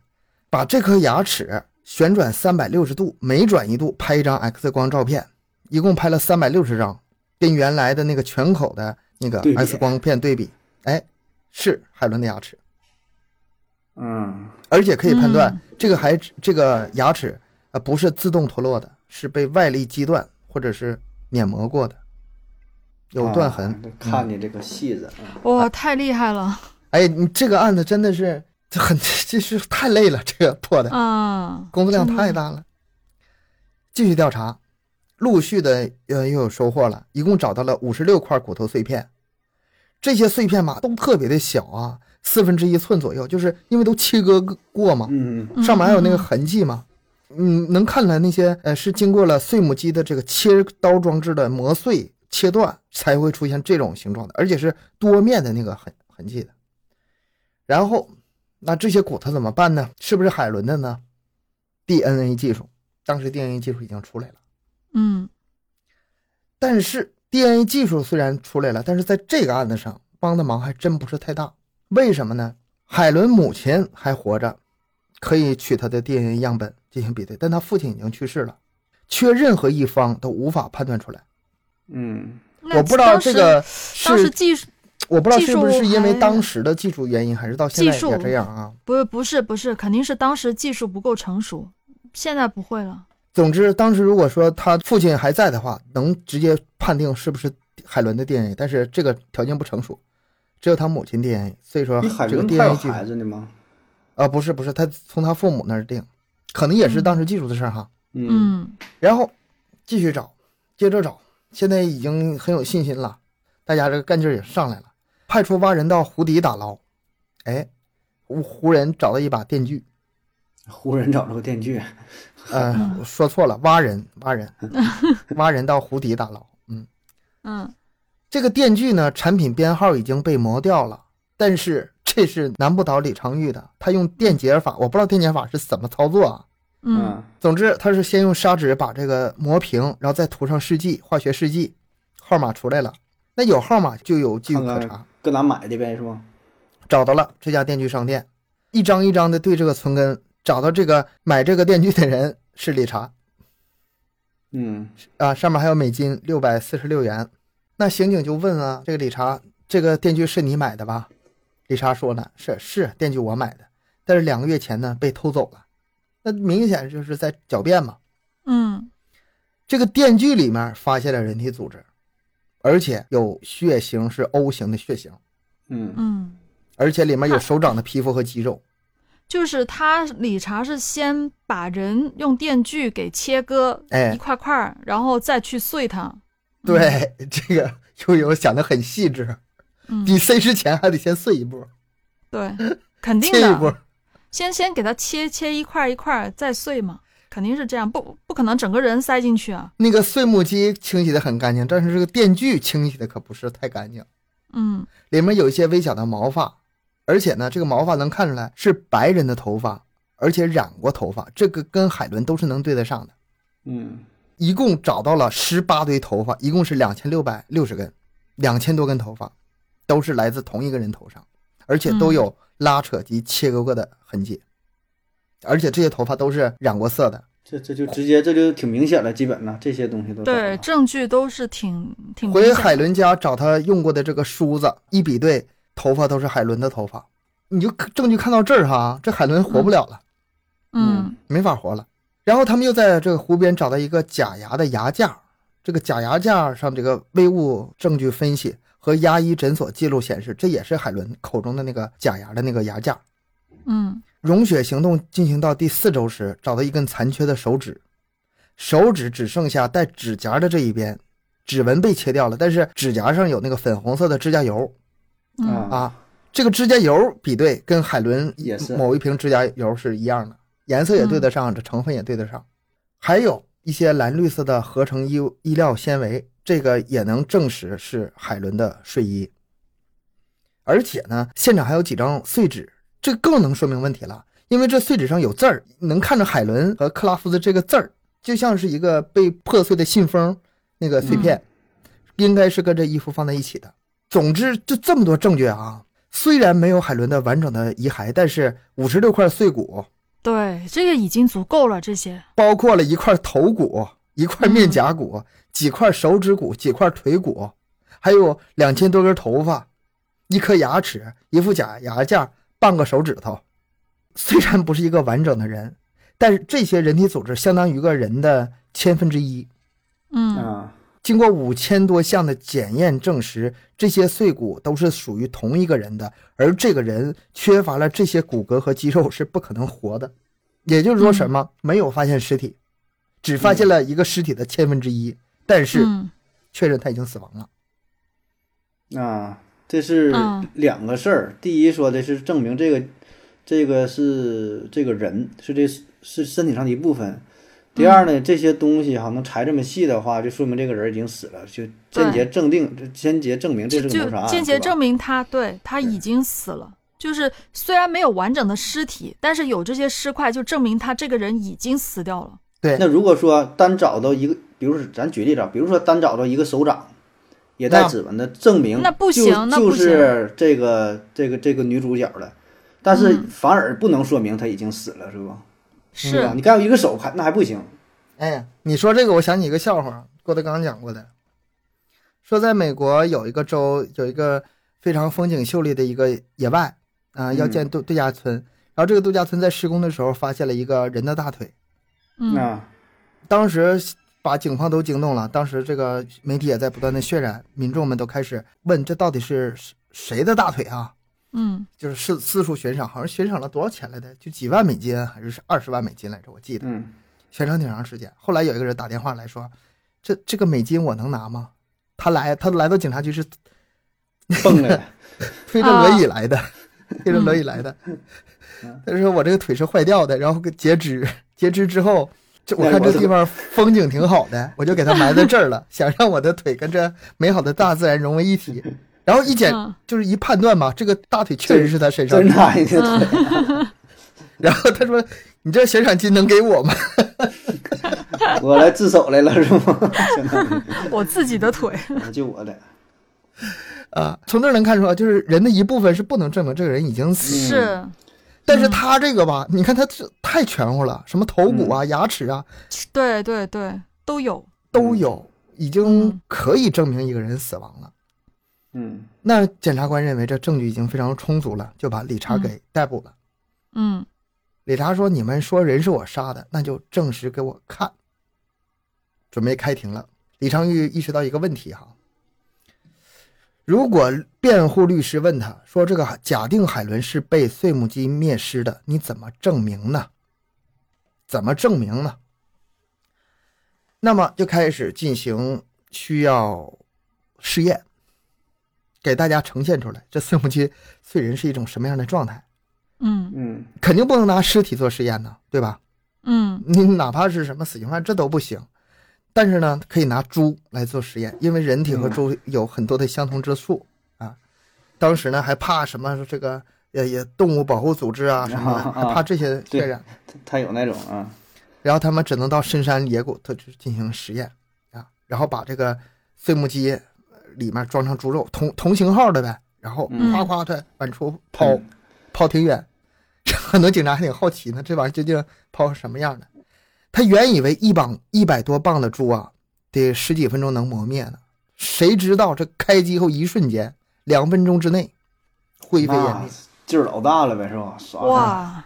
把这颗牙齿旋转三百六十度，每转一度拍一张 X 光照片，一共拍了三百六十张，跟原来的那个全口的那个
对比
X 光片对比，哎，是海伦的牙齿，
嗯，
而且可以判断、
嗯
这个还这个牙齿啊、呃不是自动脱落的，是被外力击断或者是碾磨过的，有断痕。
啊啊看你这个细致，嗯
嗯，哇，太厉害了！
哎，你这个案子真的是就很，这是太累了，这个破的
啊，
工作量
真的
太大了。继续调查，陆续的呃又有收获了，一共找到了五十六块骨头碎片，这些碎片吧都特别的小啊，四分之一寸左右，就是因为都切割过嘛，
嗯嗯
嗯
上面还有那个
嗯
痕迹嘛。嗯，能看出来那些呃是经过了碎母机的这个切刀装置的磨碎切断，才会出现这种形状的，而且是多面的那个痕痕迹的。然后，那这些骨头怎么办呢？是不是海伦的呢？DNA 技术，当时 DNA 技术已经出来了，
嗯
但是 DNA 技术虽然出来了，但是在这个案子上帮的忙还真不是太大。为什么呢？海伦母亲还活着，可以取她的 DNA 样本进行比对，但她父亲已经去世了，缺任何一方都无法判断出来。
嗯，
那
我不知道
当
这
时
个
当时
是，
技术
我不知道是不
技
是
术
因为
还
当时的技术原因，还是到现在
技术
也这样啊。
不是不是不是，肯定是当时技术不够成熟，现在不会了。
总之，当时如果说他父亲还在的话，能直接判定是不是海伦的 DNA，但是这个条件不成熟，只有他母亲 DNA，所以说
你海
啊这个
伦还有
DNA 技术
孩子呢吗？
啊，不是不是，他从他父母那儿定，可能也是当时技术的事儿哈。
嗯
嗯
然后继续找，接着找，现在已经很有信心了，大家这个干劲儿也上来了，派出挖人到湖底打捞，哎，湖湖人找到一把电锯，
湖人找了个电锯，
呃，
嗯
我说错了，挖人挖人挖人到湖底打捞，嗯，
嗯，
这个电锯呢，产品编号已经被磨掉了，但是这是难不倒李昌钰的，他用电解法，我不知道电解法是怎么操作啊，
嗯，
总之，他是先用砂纸把这个磨平，然后再涂上试剂、化学试剂，号码出来了。那有号码就有迹可
看
查，
搁哪买的呗，是吗？
找到了这家电锯商店，一张一张的对这个存根，找到这个买这个电锯的人是理查
嗯，
啊，上面还有美金六百四十六元。那刑警就问啊，这个理查，这个电锯是你买的吧？理查说呢，是是电锯我买的，但是两个月前呢被偷走了，那明显就是在狡辩嘛。
嗯
这个电锯里面发现了人体组织，而且有血型是 O 型的血型，
嗯
嗯，
而且里面有
啊
手掌的皮肤和肌肉。
就是他理查是先把人用电锯给切割
哎
一块块儿，然后再去碎它。
对，这个 悠悠想的很细致，
嗯，
比塞之前还得先碎一波，
对，肯定
切一
的。
波。
先先给它切切一块儿一块儿再碎嘛，肯定是这样，不不可能整个人塞进去啊。
那个碎木机清洗的很干净，但是这个电锯清洗的可不是太干净，
嗯
里面有一些微小的毛发，而且呢，这个毛发能看出来是白人的头发，而且染过头发，这个跟海伦都是能对得上的。
嗯
一共找到了十八堆头发，一共是两千六百六十根，两千多根头发，都是来自同一个人头上，而且都有拉扯及切割过的痕迹，而且这些头发都是染过色的，
这这就直接这就挺明显了，基本上这些东西都找啊
对，
了
证据都是挺挺明
回
显的
海伦家找他用过的这个梳子一比对，头发都是海伦的头发，你就证据看到这儿哈，这海伦活不了了，
嗯
没法活了。然后他们又在这个湖边找到一个假牙的牙架，这个假牙架上这个微物证据分析和牙医诊所记录显示，这也是海伦口中的那个假牙的那个牙架。
嗯
融雪行动进行到第四周时，找到一根残缺的手指，手指只剩下带指甲的这一边，指纹被切掉了，但是指甲上有那个粉红色的指甲油
嗯
啊
啊。这个指甲油比对跟海伦
也是
某一瓶指甲油是一样的，颜色也对得上，这成分也对得上，还有一些蓝绿色的合成衣物衣料纤维，这个也能证实是海伦的睡衣。而且呢，现场还有几张碎纸，这更能说明问题了，因为这碎纸上有字儿，能看着海伦和克拉夫的这个字儿，就像是一个被破碎的信封那个碎片，应该是跟这衣服放在一起的。总之，就这么多证据啊。虽然没有海伦的完整的遗骸，但是五十六块碎骨，
对，这个已经足够了。这些，
包括了一块头骨、一块面颊骨、几块手指骨、几块腿骨，还有两千多根头发、一颗牙齿、一副假牙架、半个手指头。虽然不是一个完整的人，但是这些人体组织相当于一个人的千分之一。
嗯
啊，
经过五千多项的检验证实，这些碎骨都是属于同一个人的，而这个人缺乏了这些骨骼和肌肉是不可能活的。也就是说，什么、没有发现尸体，只发现了一个尸体的千分之一，但是
嗯
确认他已经死亡了。
啊，这是
嗯
两个事儿。第一说的是证明这个这个是这个人是这是身体上的一部分。第二
嗯
呢，这些东西哈能裁这么细的话，就说明这个人已经死了，就间接证定，这间接证明这
就是
个谋杀
就
案，
间接
对吧
证明他对他已经死了。就是虽然没有完整的尸体，但是有这些尸块，就证明他这个人已经死掉了。
那如果说单找到一个，比如说咱举例子啊，比如说单找到一个手掌，也带
那
指纹的，证明
那不
就
行那
就
不
是这个这个这个女主角了，但是
嗯
反而不能说明她已经死了，是不？
是，
吧？你干有一个手还那还不行，
哎呀，你说这个，我想起一个笑话，郭德纲讲过的，说在美国有一个州，有一个非常风景秀丽的一个野外啊、要建度度假村，然后这个度假村在施工的时候发现了一个人的大腿，
嗯
啊，
当时把警方都惊动了，当时这个媒体也在不断的渲染，民众们都开始问这到底是谁谁的大腿啊？
嗯
就是四四处悬赏，好像悬赏了多少钱来着？就几万美金还是二十万美金来着？我记得。
嗯，
悬赏挺长时间。后来有一个人打电话来说：“这这个美金我能拿吗？”他来，他来到警察局是
蹦了，
推着轮椅来的，
啊
推着轮椅来的。他说：“我这个腿是坏掉的，然后给截肢，截肢之后，这我
那
看
我
这
怎
地
么
方风景挺好 的，我就给它埋在这儿了，想让我的腿跟这美好的大自然融为一体。”然后一检
嗯
就是一判断嘛，这个大腿确实是他身上
啊真
的。
拿一个 腿，
然后他说：“你这悬赏金能给我吗
我来自首来了 是吗？相当
我自己的腿。
于就我的，？”
啊，从这儿能看出来，就是人的一部分是不能证明这个人已经死了
是，
但是他这个吧，你看他这太全乎了，什么头骨
嗯
啊、牙齿啊
对对对，都有。
都有，已经
嗯
可以证明一个人死亡了。
嗯
那检察官认为这证据已经非常充足了，就把理查给逮捕了。
嗯
理查说：“你们说人是我杀的，那就证实给我看。”准备开庭了，李昌钰意识到一个问题哈，如果辩护律师问他说：“这个假定海伦是被碎木机灭尸的，你怎么证明呢？怎么证明呢？”那么就开始进行需要试验，给大家呈现出来这碎木机碎人是一种什么样的状态。
嗯
嗯
肯定不能拿尸体做实验呢，对吧？
嗯
你哪怕是什么死刑犯，这都不行。但是呢，可以拿猪来做实验，因为人体和猪有很多的相同之处啊。当时呢，还怕什么这个也也动物保护组织啊什么的，
啊啊
还怕这些渲染。
他他有那种啊，
然后他们只能到深山野谷，他去进行实验啊，然后把这个碎木机呃里面装上猪肉，同同型号的呗，然后
嗯
夸夸的往出抛，抛挺远。很多警察还挺好奇呢，这玩意儿究竟抛成什么样的？他原以为一磅一百多磅的猪啊，得十几分钟能磨灭呢，谁知道这开机后一瞬间，两分钟之内灰飞烟
那
灭。
劲儿老大了呗是吧？爽啊，
哇，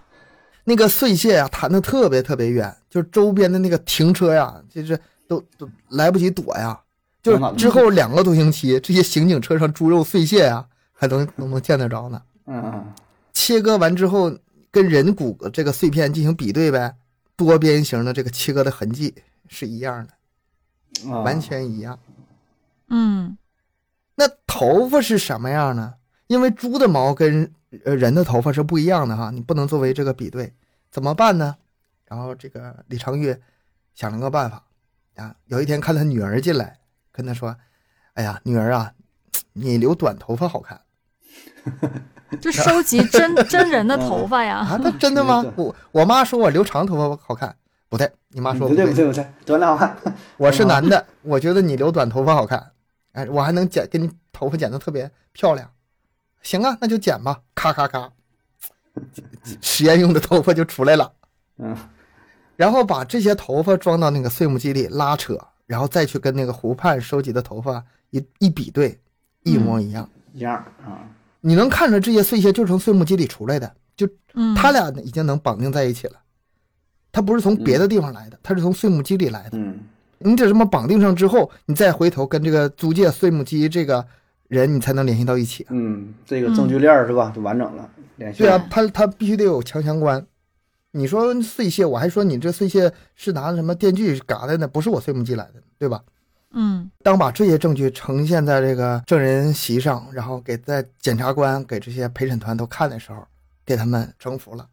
那个碎屑啊，弹的特别特别远，就是周边的那个停车呀、就是都都来不及躲呀、就是之后两个多星期，这些刑警车上猪肉碎屑呀、还能能能见得着呢。
嗯嗯
切割完之后，跟人骨骼这个碎片进行比对呗，多边形的这个切割的痕迹是一样的，
嗯啊，
完全一样。
嗯
那头发是什么样呢？因为猪的毛跟呃人的头发是不一样的哈，你不能作为这个比对，怎么办呢？然后这个李长玉想了个办法啊，有一天看他女儿进来，跟他说：“哎呀，女儿啊，你留短头发好看
就收集真真人的头发呀。
啊？”他真的吗
是？的
我我妈说我留长头发好看，不对，你妈说
不对不对不对，转两万，
我是男的，我觉得你留短头发好看，哎，我还能剪，给你头发剪得特别漂亮。行啊，那就剪吧，咔咔咔，实验用的头发就出来了。
嗯
然后把这些头发装到那个碎木机里拉扯，然后再去跟那个湖畔收集的头发一一比对，一模一样。
一样啊，
你能看着这些碎屑就是从碎木机里出来的，就
嗯，
他俩已经能绑定在一起了。它不是从别的地方来的，它是从碎木机里来的。
嗯
你得这么绑定上之后，你再回头跟这个租借碎木机这个人，你才能联系到一起。
嗯，这个证据链儿是吧，就完整了，联系
对啊
了，
他他必须得有强相关。你说碎屑，我还说你这碎屑是拿什么电锯嘎的呢？不是我碎木机来的，对吧？
嗯
当把这些证据呈现在这个证人席上，然后给在检察官给这些陪审团都看的时候，给他们征服了。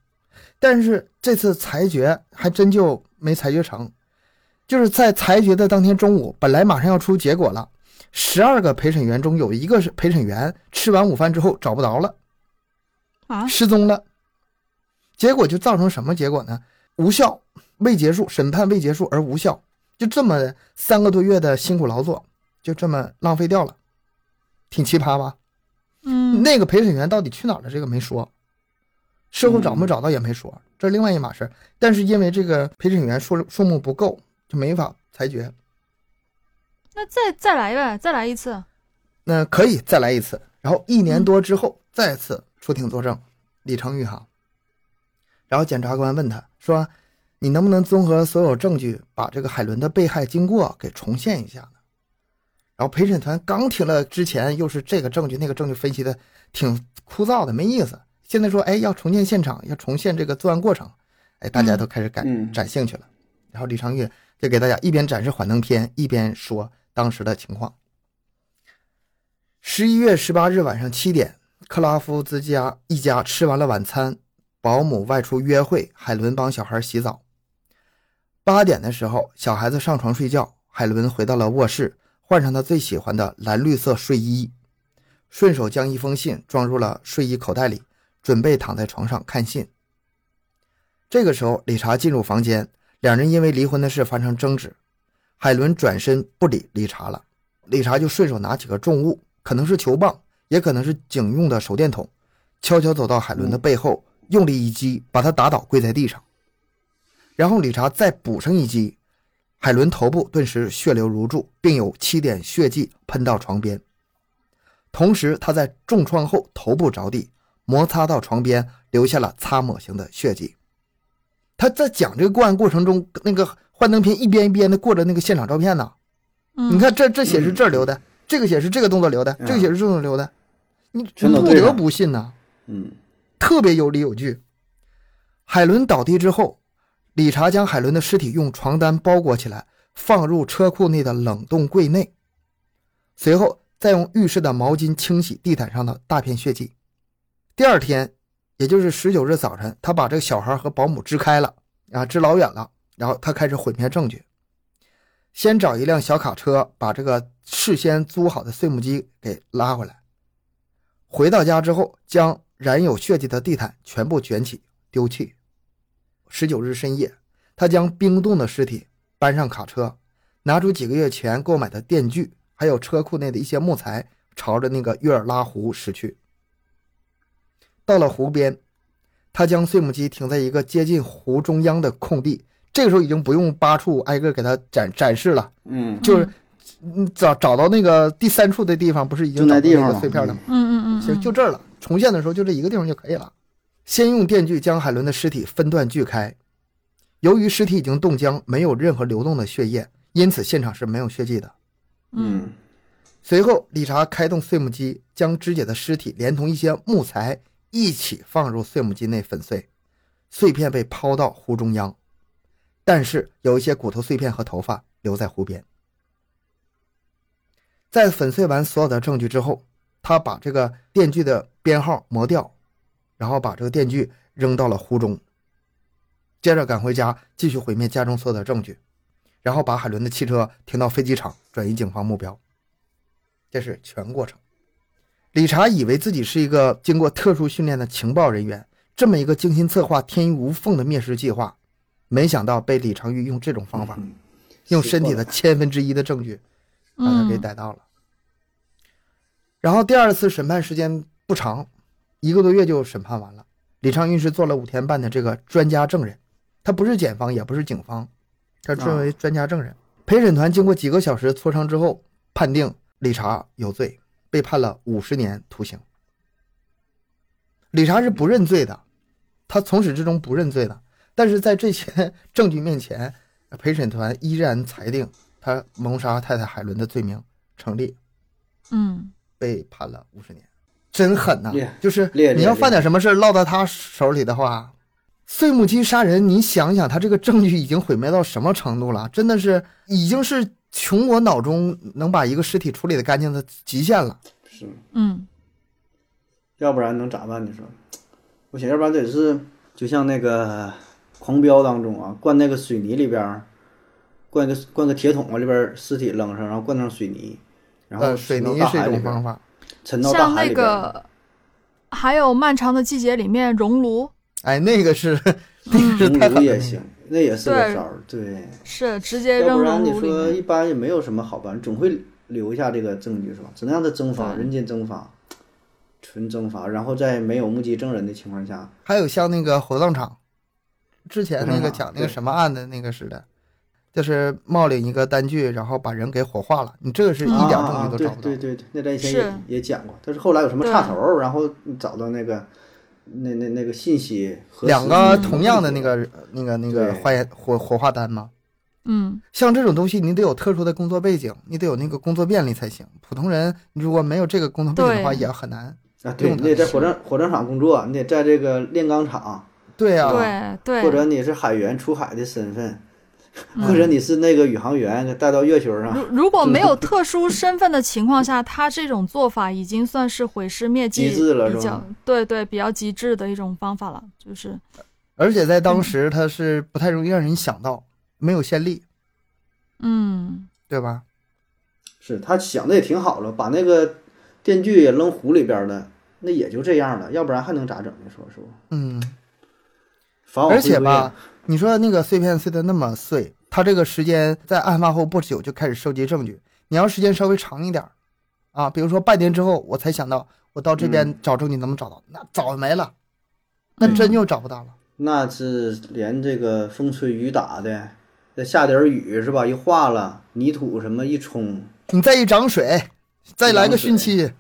但是这次裁决还真就没裁决成，就是在裁决的当天中午，本来马上要出结果了，十二个陪审员中有一个是陪审员吃完午饭之后找不着了，
啊，
失踪了。结果就造成什么结果呢？无效，未结束，审判未结束而无效，就这么三个多月的辛苦劳作，就这么浪费掉了，挺奇葩吧？
嗯
那个陪审员到底去哪儿了？这个没说，事后找没找到也没说，这是另外一码事儿。但是因为这个陪审员数数目不够，就没法裁决。
那再再来呗，再来一次。
那可以再来一次，然后一年多之后再次出庭作证，李成宇哈。然后检察官问他说：“你能不能综合所有证据，把这个海伦的被害经过给重现一下呢？”然后陪审团刚听了之前又是这个证据那个证据分析的挺枯燥的，没意思。现在说哎要重建现场，要重现这个作案过程，哎大家都开始感、
嗯
展兴趣了。然后李长玉就给大家一边展示幻灯片，一边说当时的情况。十一月十八日晚上七点，克拉夫兹家一家吃完了晚餐，保姆外出约会，海伦帮小孩洗澡。八点的时候，小孩子上床睡觉，海伦回到了卧室，换上她最喜欢的蓝绿色睡衣，顺手将一封信装入了睡衣口袋里，准备躺在床上看信。这个时候，理查进入房间，两人因为离婚的事发生争执，海伦转身不理理查了。理查就顺手拿起个重物，可能是球棒，也可能是警用的手电筒，悄悄走到海伦的背后，用力一击，把她打倒，跪在地上。然后理查再补上一击，海伦头部顿时血流如注，并有七点血迹喷到床边。同时，他在重创后头部着地，摩擦到床边，留下了擦抹型的血迹。他在讲这个过案过程中，那个幻灯片一边一边的过着那个现场照片呢。
嗯，
你看这这写是这儿留的，这个写是这个动作留的，
嗯
这个写是这个动作留的，你
全
你
都
不
对
得
上
不信呐、
嗯
特别有理有据。海伦倒地之后，理查将海伦的尸体用床单包裹起来，放入车库内的冷冻柜内，随后再用浴室的毛巾清洗地毯上的大片血迹。第二天，也就是十九日早晨，他把这个小孩和保姆支开了啊，支老远了，然后他开始毁灭证据。先找一辆小卡车，把这个事先租好的碎木机给拉回来。回到家之后，将染有血迹的地毯全部卷起丢弃。十九日深夜，他将冰冻的尸体搬上卡车，拿出几个月前购买的电锯，还有车库内的一些木材，朝着那个约尔拉湖驶去。到了湖边，他将碎木机停在一个接近湖中央的空地。这个时候已经不用八处挨个给他展展示了，
嗯，
就是嗯找找到那个第三处的地方，不是已经
就
找
那
到
地方
那个
了
碎片了吗？
嗯嗯嗯，嗯
行，就这儿了。重现的时候就这一个地方就可以了。先用电锯将海伦的尸体分段锯开，由于尸体已经冻僵，没有任何流动的血液，因此现场是没有血迹的。
嗯
嗯
随后，理查开动碎木机，将肢解的尸体连同一些木材一起放入碎木机内粉碎，碎片被抛到湖中央，但是有一些骨头碎片和头发留在湖边。在粉碎完所有的证据之后，他把这个电锯的编号磨掉，然后把这个电锯扔到了湖中，接着赶回家继续毁灭家中所有的证据，然后把海伦的汽车停到飞机场，转移警方目标。这是全过程。理查以为自己是一个经过特殊训练的情报人员，这么一个精心策划、天衣无缝的灭尸计划，没想到被李长玉用这种方
嗯
法，嗯用身体的千分之一的证据嗯把他
嗯
给逮到了。然后第二次审判时间不长，一个多月就审判完了。李昌钰是做了五天半的这个专家证人，他不是检方，也不是警方，他作为专家证人。陪审团经过几个小时磋商之后，判定理查有罪，被判了五十年徒刑。理查是不认罪的，他从始至终 不认罪的。但是在这些证据面前，陪审团依然裁定他谋杀太太海伦的罪名成立，
嗯
被判了五十年，真狠呐、
厉害
就是
厉害
你要
厉害
犯点什么事儿落到他手里的话，碎木机杀人，你想想他这个证据已经毁灭到什么程度了？真的是已经是穷我脑中能把一个尸体处理的干净的极限了。
是，
嗯
要不然能咋办？你说，我想要不然得是就像那个《狂飙》当中啊，灌那个水泥里边儿，灌个灌个铁桶往里边儿尸体扔上，然后灌上水泥，然后
呃，水
沉到
泥
大
是一
海里
种
边儿
方法，
沉到大
像
海
那
里边儿。
个还有《漫长的季节》里面熔炉，
哎，那个 是那个是太
熔炉
狠
也
了。
行，那也是个
对
招儿，对。
是直接
要
扔
不然
熔
你
炉里
说
面。
一般也没有什么好办，总会留下这个证据是吧？只能让它蒸发，
对
人间蒸发，纯蒸发，然后在没有目击证人的情况下，
还有像那个火葬场，之前那
火
个
葬场
讲那个
对
什么案的那个似的，就是冒领一个单据，然后把人给火化了，你这个是一点证据都找
啊
不到
啊对。对对对，那咱以前
是
也也讲过，但是后来有什么
对
岔头儿，然后你找到那个那那那个信息核实
两个同样的那个那个那个
对
化验火火化单嘛，
嗯，
像这种东西你得有特殊的工作背景，你得有那个工作便利才行。普通人你如果没有这个工作背景的话，
对
也很难。
啊，对
用
你
的
得在火葬火葬场工作，你得在这个炼钢厂，
对啊嗯呀、
对对，
或者你是海员出海的身份， 或者你是那个宇航员给带到月球上，
如如果没有特殊身份的情况下，他这种做法已经算是毁尸灭迹，
极致了是吧
比较对对，比较极致的一种方法了，就是
而且在当时它是不太容易让人想到，没有先例，
嗯，
对吧？
是他想的也挺好了，把那个电锯也扔湖里边了，那也就这样了，要不然还能咋整？你说是不？
嗯，
防火
而
回归
且
啊
吧，，你说那个碎片碎的那么碎，他这个时间在案发后不久就开始收集证据。你要时间稍微长一点儿，啊，比如说半年之后我才想到我到这边找证据能不能找到，那早没了，那真就找不到了。
那是连这个风吹雨打的，再下点雨是吧？一化了，泥土什么一冲，
你再一涨水，再来个汛期，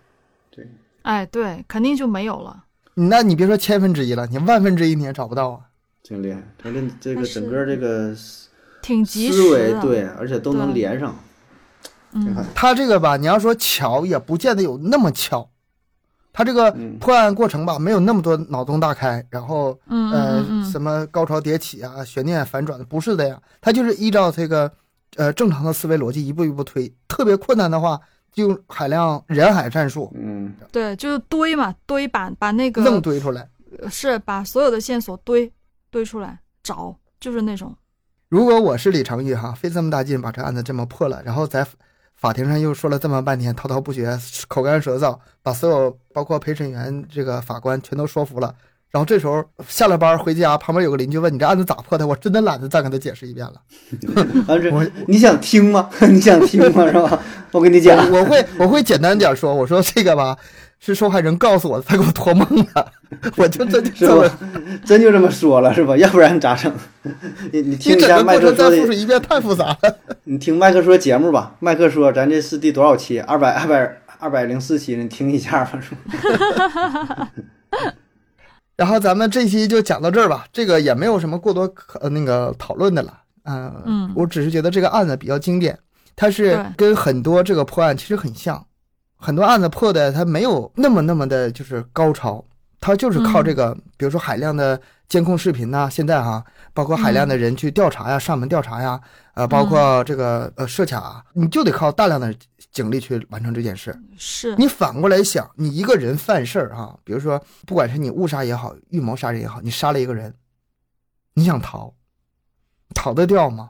对，
哎，对，肯定就没有了。
你那你别说千分之一了，你万分之一你也找不到啊。
挺厉害。他这这个
但是
整个这个思
挺及时
维
的，
对，而且都能
对
连上，挺
嗯
狠，
他这个吧，你要说巧也不见得有那么巧，他这个
嗯
破案过程吧，没有那么多脑洞大开，然后
嗯
呃
嗯嗯
什么高潮迭起啊、悬念反转的，不是这样，他就是依照这个呃正常的思维逻辑一步一步推，特别困难的话就用海量人海战术
嗯，
嗯，对，就是堆嘛，堆把把那
愣
个
堆出来。
是把所有的线索堆堆出来找，就是那种，
如果我是李成玉哈，费这么大劲把这案子这么破了，然后在法庭上又说了这么半天，滔滔不绝，口干舌燥，把所有包括陪审员这个法官全都说服了。然后这时候下了班回家，旁边有个邻居问你这案子咋破的，我真的懒得再跟他解释一遍了。
完事
我
你想听吗？ 你想听吗？是吧？我跟你讲，
我我会我会简单点说，我说这个吧，是受害人告诉我的，他 给我托梦了，我就真就是这么
吧。？真就这么说了是吧？要不然咋整？ 你你
你
听一
整
下
个
麦
过
克
程
说
再复述
的，
一遍太复杂了。
你听麦克说节目吧。麦克说咱这是第多少期？二百二百二百零四期，你听一下吧。是吧
然后咱们这期就讲到这儿吧，这个也没有什么过多可呃那个讨论的了。嗯
嗯
我只是觉得这个案子比较经典，它是
对
跟很多这个破案其实很像，很多案子破的它没有那么那么的就是高潮，它就是靠这个，
嗯
比如说海量的监控视频呐、现在哈、包括海量
嗯
的人去调查呀、上门调查呀，呃，包括这个呃设卡啊，你就得靠大量的警力去完成这件事。
是，
你反过来想，你一个人犯事儿、哈，比如说，不管是你误杀也好，预谋杀人也好，你杀了一个人，你想逃，逃得掉吗？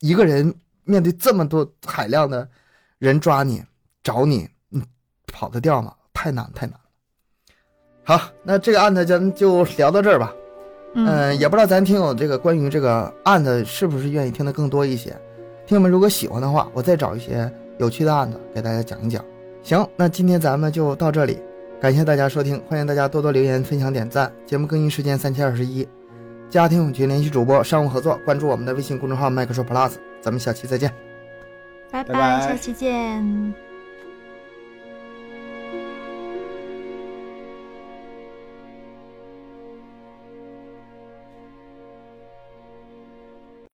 一个人面对这么多海量的人抓你、找你，你跑得掉吗？太难，太难了。好，那这个案子咱们就聊到这儿吧。
嗯，
嗯，也不知道咱听友这个关于这个案子是不是愿意听得更多一些。听友们如果喜欢的话，我再找一些有趣的案子给大家讲一讲。行，那今天咱们就到这里，感谢大家收听，欢迎大家多多留言、分享、点赞。节目更新时间三七二十一，家庭友群联系主播商务合作，关注我们的微信公众号麦克说 Plus，咱们下期再见。
拜
拜拜
下期见。